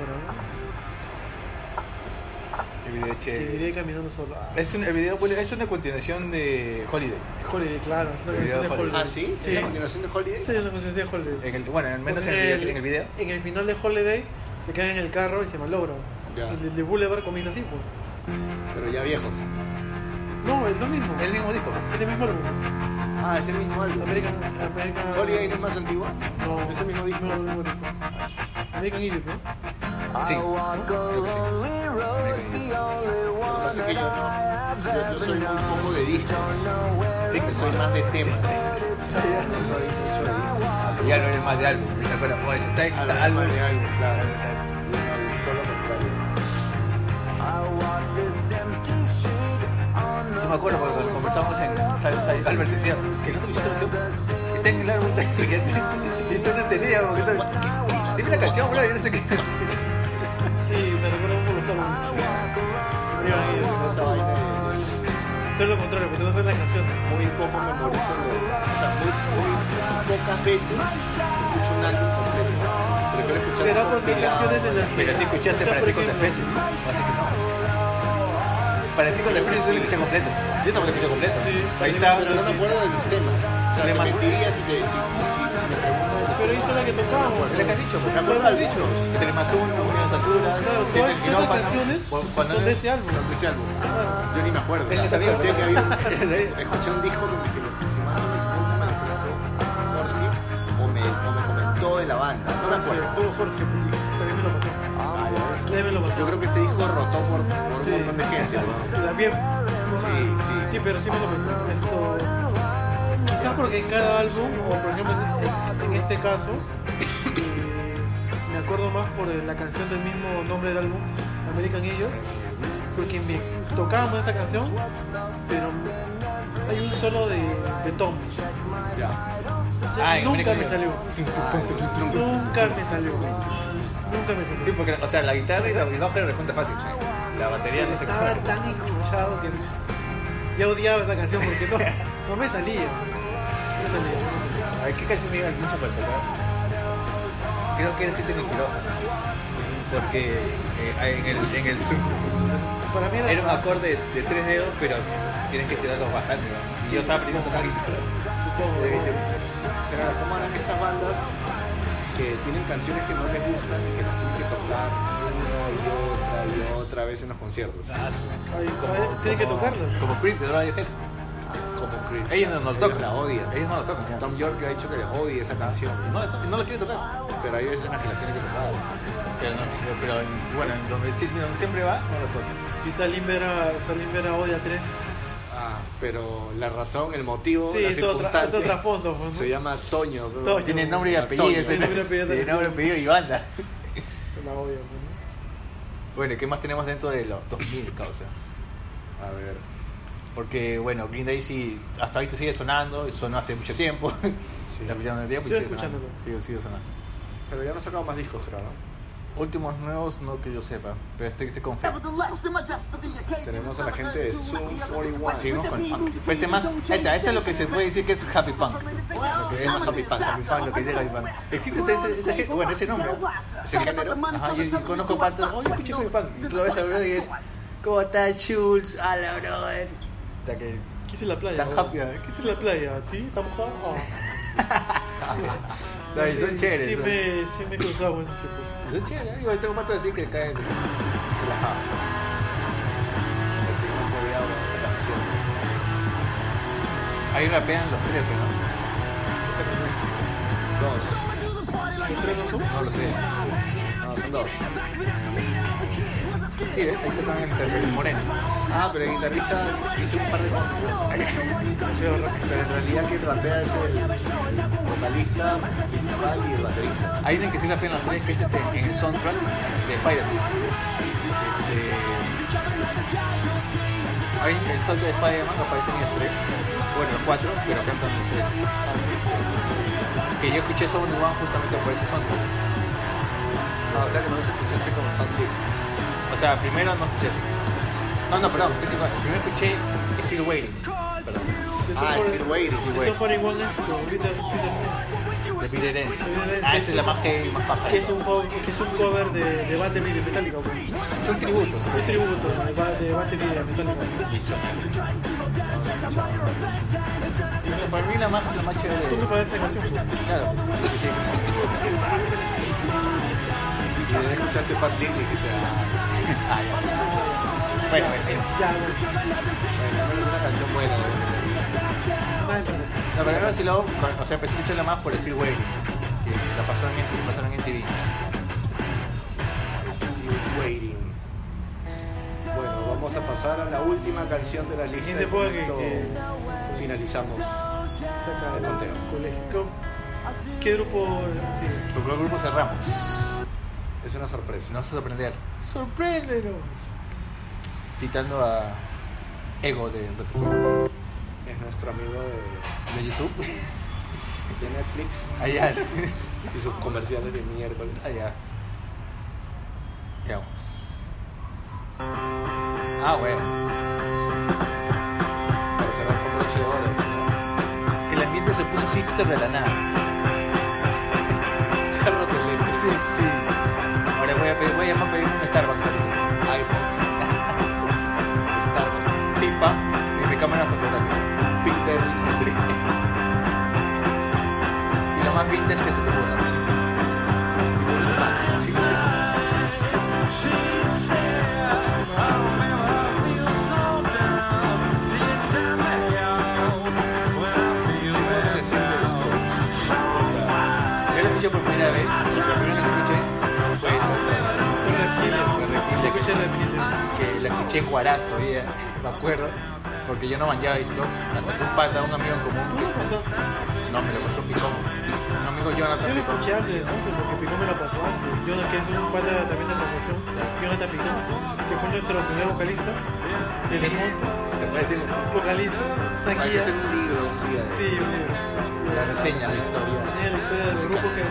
B: ¿no?
C: El video es chévere.
B: Seguiré caminando solo. Ah,
C: Es un- el video bueno, es una continuación de Holiday.
B: Holiday, claro. Es una
C: El video
B: canción de
C: de
B: Holiday.
D: Ah, ¿sí?
B: Sí.
D: ¿Es la continuación de Holiday?
B: Sí, es una canción de Holiday.
C: En el- bueno, Eh, al menos en el, video- en el video.
B: en el final de Holiday se caen en el carro y se malogran.
D: Ya.
B: El de Boulevard comienza así, pues.
D: Pero ya viejos.
B: No, es lo mismo.
C: El mismo disco.
B: Es el mismo álbum.
D: Ah, es el mismo álbum.
B: American, American...
D: Holiday no
C: ¿eh?
D: es más antiguo.
B: No,
D: es el mismo disco.
B: No, es el mismo disco. Ah,
C: Ah,
B: American Idiot, ¿no?
C: Sí. Creo que sí.
D: Lo que pasa es que yo no. Yo, yo soy muy poco de discos. Sí, que soy más de tema. No soy mucho de discos.
C: Ya no eres más de álbum. ¿Se acuerdan? Pues está en
D: Al
C: cada álbum.
D: de álbum, claro. Yo no, todo lo contrario.
C: Sí me acuerdo porque cuando conversamos en Salsa, Albert decía que no escuchaste la canción. Está en el álbum. está en el álbum". Y tú no entendías. porque tú- Dime la canción, bro. Yo no sé qué.
B: Sí, me recuerdo por los álbumes. American Idiot.
D: Esa vaina de- de- de-
B: Todo lo contrario, porque tú no ves la canción.
D: muy poco memorizo lo- o sea, muy, muy pocas veces escucho un álbum completo. Prefiero escuchar
B: Será
D: un
B: porque hay
D: compilado.
B: canciones en las que-
C: Pero sí escuchaste
B: o sea,
C: para
B: por
C: ti con
B: ejemplo,
C: desprecio. Así que no. Para ti con desprecio sí lo escuché completo. Yo también lo escuché completo.
B: Sí.
C: Ahí está.
D: Pero no me acuerdo de los temas. O sea, te mentiría si, te, si, si, si me preguntas de
B: Pero
D: los temas.
B: ahí está la que tocábamos.
C: ¿Qué le has dicho? ¿Me acuerdo del dicho? Tres más uno, unas alturas.
B: Claro, todas
C: siete
B: todas las
C: kilómetros.
B: canciones
C: Cuando
B: son de ese álbum.
D: Son de ese álbum. Yo ni me acuerdo.
C: Él ni sabía.
D: Sé que había un- escuché un disco que me, que me- si mal no me equivoco, me lo prestó Jorge o me, o me comentó de la banda. No me acuerdo.
B: Todo Jorge, también me lo pasó.
D: Ah, ya ves.
B: También me lo pasó.
D: Yo creo que ese disco rotó por, por
B: Sí.
D: un montón de gente. ¿no?
B: También.
D: Sí, sí.
B: Sí, pero sí me lo pensé. Esto. Quizás porque en cada álbum, o por ejemplo en- en este caso, eh, me acuerdo más por la canción del mismo nombre del álbum, American Idiot, porque me tocábamos esa canción, pero hay un solo de, de Toms.
D: Ya.
B: O sea,
C: Ah, en
B: nunca
C: American
B: me
C: Idiot.
B: salió. Nunca me salió. Nunca me salió.
C: Sí, porque, o sea, la guitarra y la- el bajo era recontra fácil. sí. La batería no sé cómo.
B: Estaba tan escuchado que ya odiaba esa canción porque no, no me salía. No me salía, no me salía.
C: A ver, ¿qué canción me iba mucho para tocar? Creo que era 7 en el quirófano. Porque eh, en el, en el tum, tum,
B: Para mí
C: tum,
B: era,
C: era un acorde de tres dedos, pero tienes que estirarlos bastante. ¿no? Y yo estaba aprendiendo a tocar guitarra.
B: supongo, ¿no?
C: de veinte
D: Pero como eran estas bandas que tienen canciones que no les gustan y que las tienen que tocar una y otra y otra vez en los conciertos.
B: Ay, ay, tiene que tocarla.
C: Como Creep de Radiohead.
D: Como Creep.
C: Ellos no, no lo tocan.
D: la odian.
C: Ellos no lo tocan. ya.
D: Tom York ha dicho que le odia esa canción,
C: No la, to- no la quieren tocar.
D: pero hay veces en las que las tiene que tocar.
C: Pero, no, pero en- bueno, en donde, sí- donde siempre va, no lo tocan.
B: Si Salim Vera, Salim Vera odia tres.
D: Ah, pero la razón, el motivo,
B: Sí,
D: la
B: es otra, es
D: circunstancia.
B: otra fondo. pues, ¿no?
D: se llama Toño. pero-
B: Toño.
C: Tiene nombre y apellido.
D: Toño.
C: ese-
B: Tiene nombre y apellido.
C: Tiene nombre y apellido y banda.
B: La odio, pues,
C: Bueno, ¿y ¿qué más tenemos dentro de los 2000, causa?
D: A ver.
C: Porque, bueno, Green Day sí, hasta ahorita sigue sonando, sonó hace mucho tiempo.
D: Sí.
C: La escucharon el tiempo y
B: Sigo
C: pues, sigue sonando.
B: escuchándolo.
C: Sigue, sigue sonando.
D: Pero ya no ha sacado más discos, creo, ¿no?
C: Últimos nuevos, no que yo sepa, pero estoy, estoy con fe.
D: Tenemos a la gente de Zoom 41.
C: Seguimos con el punk. Pues este más, ahí está, este es lo que se puede decir que es happy punk. Lo que se llama happy punk, happy punk, lo que dice happy punk. Existe ese, ese, gen- bueno, ese nombre,
D: Ese género.
C: Ajá, yo, yo conozco partes, oh, yo escuché happy punk, y tú lo ves a ver y es, ¿cómo estás, Schultz? Hola, brother. Hasta que
B: ¿Qué es en la playa?
C: Tan
B: bro?
C: happy, ¿eh?
B: ¿Qué es en la playa? ¿Sí? ¿Estamos jugando? Ah.
C: No, y son
B: Sí,
C: chéveres.
B: Sí
C: son-
B: me, sí me cruzaba con esos tipos.
C: Son chéveres, igual tengo más para decir que caen. Relajado.
D: Porque no podía hablar de esa canción.
C: Ahí rapean los tres, pero
D: Dos.
B: ¿Los tres no son?
C: no, no los tres.
D: No, son dos.
C: Sí, ves, ahí están en el moreno.
D: Ah, pero el guitarrista hizo un par de cosas. Pero en realidad quien rapea es el vocalista principal y el baterista.
C: Hay una que sí rapean los tres, que es este, en el soundtrack de Spider-Man. Este, ahí en el soundtrack de Spider-Man aparecen los tres, bueno, los cuatro, pero cantan los tres. Que yo escuché Sound One justamente por ese soundtrack.
D: Ah, o sea que no los escuchaste como fan de...
C: O sea, primero no escuché. No, no, perdón, estoy equivocado. Primero escuché Still Waiting.
B: Los
D: Ah,
B: tres
D: es el
B: por-
D: Wade.
B: los tres por igual, esto, Peter- Peter Pan.
C: de Bitter End.
B: Bitter End.
C: Ah, esa es la más gay, más paja.
B: Que es un, co- que es un cover de, de Battery de Metallica. pues.
C: Es un tributo, se
B: Es un
C: puede decir.
B: tributo de, Ba- de Battery de Metallica.
C: Listo. Para mí la más, la más chévere.
B: ¿Tú qué parece esta canción? pues?
C: Claro.
D: Y escuchaste Fat Lip y dijiste, ah,
C: Ah, ya. Bueno, bueno.
B: Ya, bueno.
D: bueno, es una canción buena. ¿no?
B: Nada, pero-
C: La primera sí lo, o sea, empecé a escucharla más por Steel Wave, que la pasaron en, que pasaron en TV.
D: Still Waiting. Bueno, vamos a pasar a la última canción de la lista.
B: Y te
D: y con
B: puedo pues, que-
D: esto
B: que-
D: finalizamos.
B: saca
D: El conteo.
B: colegio. ¿Qué grupo sigue?
C: Tocó el grupo cerramos.
D: Es una sorpresa.
C: No vas a sorprender. ¡Sorpréndenos! Citando a Ego de Protocol
D: Es nuestro amigo de,
C: de YouTube.
D: de Netflix
C: Allá.
D: y sus comerciales de miércoles.
C: Allá. Veamos. Ah, bueno.
D: Para cerrar con broche de oro.
C: El ambiente se puso hipster de la nada.
D: Carros de lentes.
C: Sí, sí. Ahora voy a, pedir, voy a llamar a pedir un Starbucks ahorita.
D: iPhones. Starbucks.
C: Pipa y mi cámara fotográfica.
D: Pinkberry.
C: y lo más vintage que se te ocurra.
D: Mucho más. Sí,
C: Ah.
D: mucho más. Podemos decir que los Strokes.
C: Yo lo escuché por primera vez, o sea, la primera vez que escuché fue esa,
B: Fue Reptilia.
C: Fue Reptilia.
B: Escuché Reptilia.
C: que la escuché en Guaraz todavía, me acuerdo, porque yo no manchaba de Strokes, hasta que un pata, un amigo en común,
B: ¿Tú lo pasaste?
C: que- no, me lo pasó Picón, un amigo Jonathan
B: Yo lo
C: Picón.
B: escuché antes entonces, porque Picón me lo pasó antes. Jonathan, que es un pata también de promoción, Jonathan Picón, que fue nuestro primer vocalista, el de Monte,
C: Se puede decir,
B: vocalista, está
D: Hay
B: aquí
D: que
B: ya.
D: hacer un libro un día.
B: eh. Sí, yo digo,
C: la reseña, la historia.
B: enseña la historia del grupo que
C: No, yo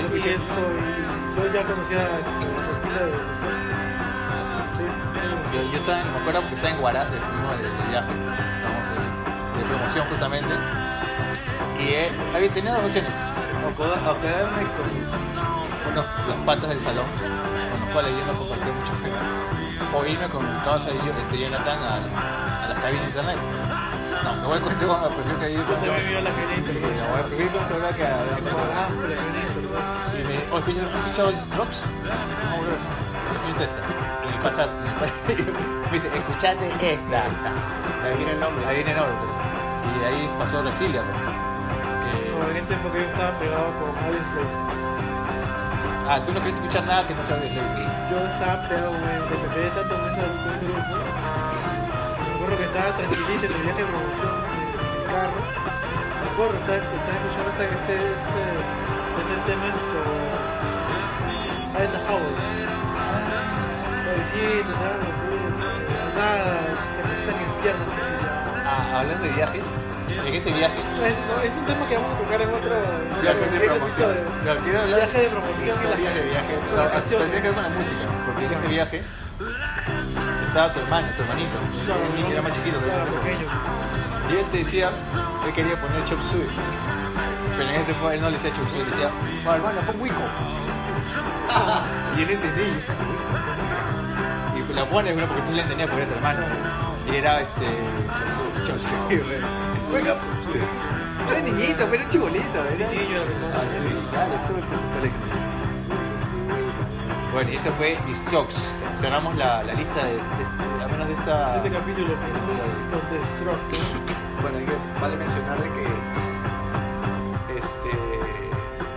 B: y
C: escuché.
B: esto, y yo ya conocía a este Reptilia de Gustavo. Sí, ya lo conocía.
C: Yo, yo estaba, en- me acuerdo porque estaba en Guaraz, de primo de, de Yafa, estamos de, de promoción justamente. Y eh, había tenido dos opciones. O, co- o quedarme con unos, las patas del salón, con los cuales yo no compartía mucho pena. O irme con causa y yo, este Jonathan a, a las cabinas de internet. No, me voy con este a prefiero que ir con
B: Yo también vio la gente de
C: Me
B: Internet.
C: voy a preferir con este huevón que a- a- a-
B: Ah, pero la gente de Internet.
C: y me oh, ¿escuchas, ¿has escuchado Strokes? No, bro, no. ¿Escuchaste esta? Y me pasa, me dice, escuchate esta.
D: Ahí viene el nombre.
C: Ahí viene el nombre, pues. Y de ahí pasó Reptilia, pues. Que-
B: No, en esa época yo estaba pegado con Alice Slade.
C: Ah, tú no quieres escuchar nada que no sea de Slade.
B: Yo estaba pegado con el PP de tanto con ese con ese grupo. Me acuerdo que estaba tranquilito en el viaje de promoción, en el carro. Me acuerdo, estaba, estaba escuchando hasta que este, este, este tema es eh, Island Howard. Suavecito, nada, locura, nada, se presentan en piernas. así,
C: Ah, hablando de viajes, en ese viaje.
B: ya. Es, no, es un tema que vamos a tocar en otro, en otro-
D: Viajes de
B: en otro
D: promoción.
B: episodio.
C: No, quiero hablar.
B: Viaje de promoción.
D: Historias de viaje.
C: No, eso tiene que ver con la música, porque en ese viaje estaba tu hermano, tu hermanito,
B: Claro,
C: un niño que era más chiquito.
B: claro,
C: ¿no?
B: pequeño.
C: Y él te decía, él quería poner chop suey. Pero en este él no le decía chop suey, le decía, bueno, hermano, pon wico. y él entendí. Y pues la pones, bro, porque tú la entendías porque era tu hermano. Y era este. chop suey, chop suey, bro. Wake up. Era niñito, pero era chibolito, era.
B: Niño, era pequeño.
C: Ah, sí, claro, estuve con el colegio. Bueno, y esto fue Distrox. Cerramos la, la lista de, de- de- al menos de esta.
B: este capítulo fue con The Struck.
D: Bueno, hay que- vale mencionar de que este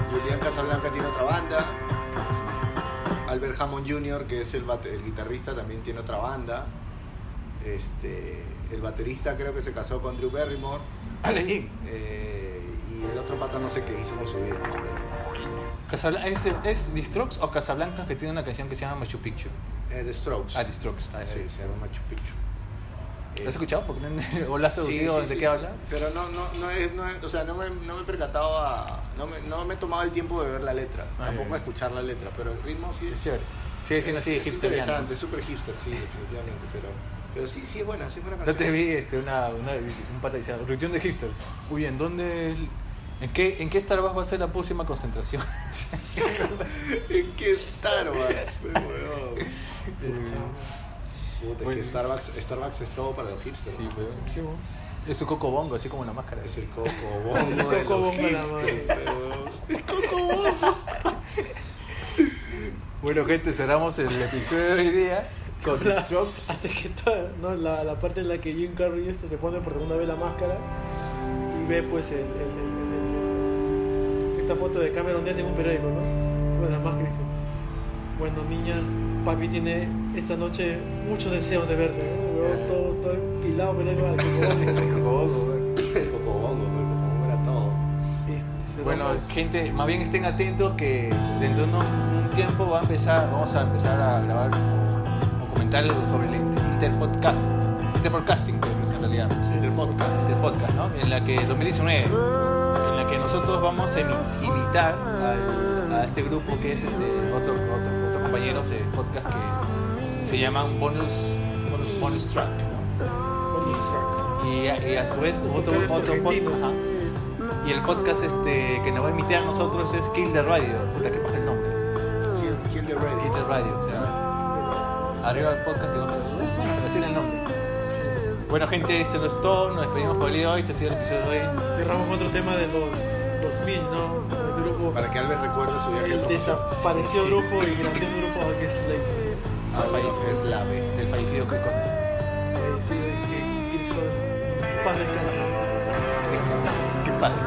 D: Julián Casablanca tiene otra banda. Albert Hammond Jr., que es el, bate- el guitarrista, también tiene otra banda. Este, el baterista creo que se casó con Drew Barrymore.
C: Alejín.
D: Eh, y el otro pata no sé qué hizo con su vida.
C: Casablan- ¿Es, ¿Es The Strokes o Casablanca que tiene una canción que se llama Machu Picchu?
D: Eh, The Strokes.
C: Ah, The Strokes. Ah,
D: Sí,
C: eh,
D: se llama Machu Picchu.
C: ¿Lo has
D: Este,
C: escuchado? Porque no- ¿O la has traducido? ¿De qué hablas?
D: Pero no, no, no, es, no es- o sea, no me, no me he percatado a, no me, no me he tomado el tiempo de ver la letra,
C: Ah,
D: tampoco
C: ya.
D: de escuchar la letra, pero el ritmo sí
C: Es
D: es,
C: chévere. Sigue siendo así,
D: es
C: hipsteriano.
D: interesante, es súper hipster, sí, definitivamente, pero, pero sí, sí es buena, sí es buena
C: No
D: canción.
C: te vi este, una, una- un pata que decía, reunión de hipsters. Uy, ¿en dónde, es- ¿En qué, ¿En qué Starbucks va a ser la próxima concentración?
D: ¿En qué Starbucks? pues, weón? Puta, es que Starbucks, Starbucks es todo para los hipsters.
C: Sí, weón. es un coco bongo, así como la máscara.
D: Es el coco bongo de
B: El coco
D: los
B: bongo de la
D: hipsters, weón.
C: Bueno, gente, cerramos el episodio de hoy día con The Strokes.
B: Antes que todo, ¿no? la, la parte en la que Jim Carrey esto se pone por segunda vez la máscara y ve pues el, el- el- el- el- esta foto de Cameron Díaz en un periódico, ¿no? Sobre la máscara y dice, bueno niña, papi tiene esta noche muchos deseos de verte, ¿no? Luego todo, todo empilado, pero al
D: El coco bongo, weón. El coco bongo, weón. El coco bongo era todo.
B: Este,
C: Bueno, gente, más bien estén atentos que dentro de unos- un tiempo va a empezar, vamos a empezar a grabar o, o comentar sobre el inter- interpodcast, interpodcasting, creo que es en realidad.
D: El podcast.
C: el podcast, ¿no? En la que 2019, en la que nosotros vamos a imi- imitar a, a este grupo que es este otro, otro, otro compañero de podcast que se llaman Bonus Bonus, bonus Track, ¿no? Y a, y a su vez otro
D: Este,
B: podcast
C: otro
B: argentino.
C: podcast. ajá. Y el podcast este que nos va a imitar a nosotros es Kill the Radio, puta que pasa el nombre.
D: Kill, kill the
C: Kill
D: radio.
C: the Radio, o sea. Arriba el podcast y vamos a decir el nombre. Bueno gente, esto no es todo, nos despedimos por el día de hoy, este ha sido el episodio de hoy.
B: cerramos otro tema de los 2000, ¿no? El grupo,
D: Para que Albert recuerde su viaje
B: el
D: al Rojo.
B: desaparecido grupo y grandioso grupo que es Slade.
D: Ah, bueno, es la B.
C: del fallecido Kiko.
B: Eh, sí, que Chris Cole- paz descanse.
C: ¿Qué pasa?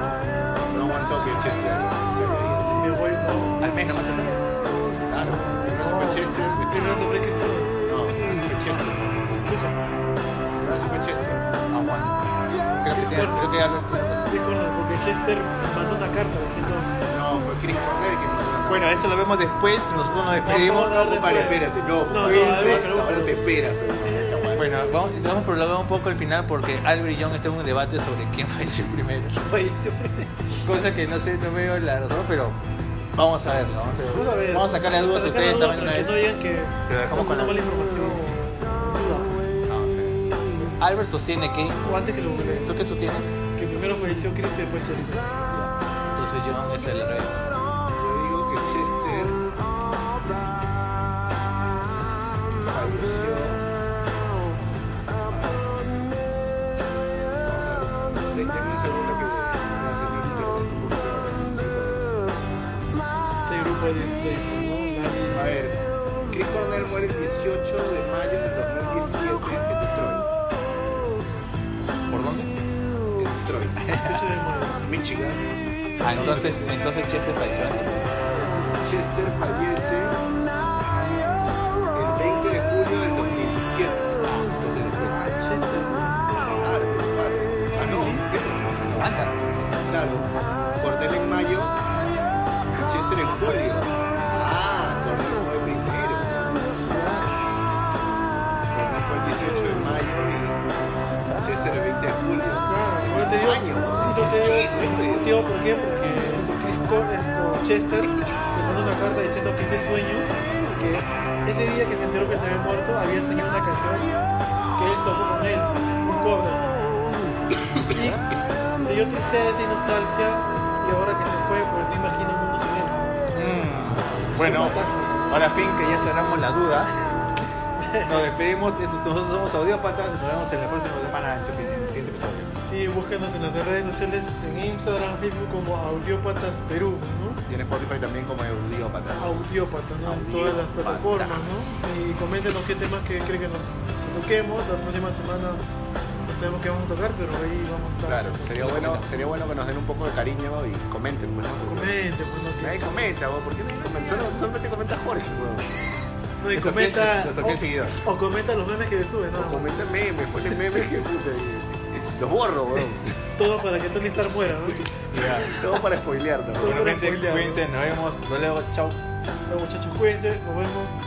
D: No aguantó que Chester se reía.
B: Me voy no.
C: Al menos más o menos.
D: Claro, no es Chester.
B: Primero sobre que todo.
D: No, no es Chester. No es Chester.
C: Aguanta. Creo que, tiene- creo que Albert tiene razón.
B: Discord, porque Chester mandó una carta diciendo.
D: No, fue Chris Cornell que nos
C: Bueno, eso lo vemos después, nosotros nos
B: Vamos a
C: despedimos.
B: dar después.
D: Compadre, espérate,
B: No, no,
D: no, cuídense,
B: no, no, no.
D: ahora te espera. pero no,
C: Bueno, vamos, vamos por lo menos un poco al final porque Albert y John están en un debate sobre quién falleció primero.
B: Falleció.
C: Cosa que no sé, no veo la razón, pero vamos a verlo. Vamos
B: Vamos
C: a,
B: a
C: verlo.
B: ver.
C: Vamos a sacarle dudas a
B: Sacar las
C: ustedes
B: dudas para
C: también una
B: que
C: vez.
B: no digan que.
C: Pero dejamos
B: con
C: con
B: la mala
C: la-
B: información. Duda.
C: Vamos a ver. Albert sostiene que.
B: O antes que lo
C: ¿Tú qué sostienes?
B: Que primero falleció Chris y después Chester.
C: Entonces John es el rey.
D: Yo digo que este, Chester falleció. Vamos a ver, denme un segundo que voy a hacer mi internet un poquito.
B: Este grupo de Slade, ¿no?
D: A ver, Chris Cornell muere el 18 de mayo del 2017 en Detroit.
C: ¿Por dónde?
D: En Detroit,
B: La fecha de muerte.
D: Michigan.
C: Ah, entonces, entonces Chester falleció antes.
D: Entonces Chester fallece el 20 de julio del 2017. Entonces después de Chester. Claro, claro. Ah, no.
C: Aguanta.
D: Claro. Cordel en mayo. Chester en julio. Ah, Cordel fue primero. Cordel fue el 18 de mayo y Chester el 20 de julio.
B: Claro, yo te digo-
D: Año.
B: yo te digo- yo te digo por qué, porque esto Chris Cole, esto Chester, le mandó una carta diciendo que ese sueño, que ese día que se enteró que se había muerto, había soñado una canción que él tocó con él, un cover. Y le dio tristeza y nostalgia, y ahora que se fue, pues no imagino un mundo sin él.
C: Mm, Bueno, ahora fin que ya cerramos la duda. Nos despedimos. Entonces, nosotros somos Audiópatas. Nos vemos en la próxima semana en su en el siguiente episodio.
B: Sí, búscanos en las redes sociales, en Instagram, Facebook, como Audiópatas Perú, ¿no?
D: Y en Spotify también como Eudiópatas.
B: audiópata, ¿no? En todas las
D: Audiópata.
B: plataformas, ¿no? Y coméntenos qué temas que creen que nos que toquemos. La próxima semana no sabemos qué vamos a tocar, pero ahí vamos a estar.
D: Claro, sería bueno, sería bueno que nos den un poco de cariño y comenten, bueno.
B: Comente, pues no, que-
D: Nadie comenta, weón, ¿por qué no comenta? Solo, solamente comenta Jorge, weón.
B: no, y
D: nuestro fiel-
B: comenta.
D: nuestro fiel
B: o-
D: seguidor.
B: O, comenta los memes que suben, ¿no?
D: Comenta memes, ponle memes que puta. y- Los borro, weón.
B: Todo para que Tony Stark muera, ¿no?
D: Todo para spoilear, ¿no?
C: Bueno, gente, cuídense. Nos vemos. Hasta luego. Chau.
B: Los muchachos, cuídense, nos vemos.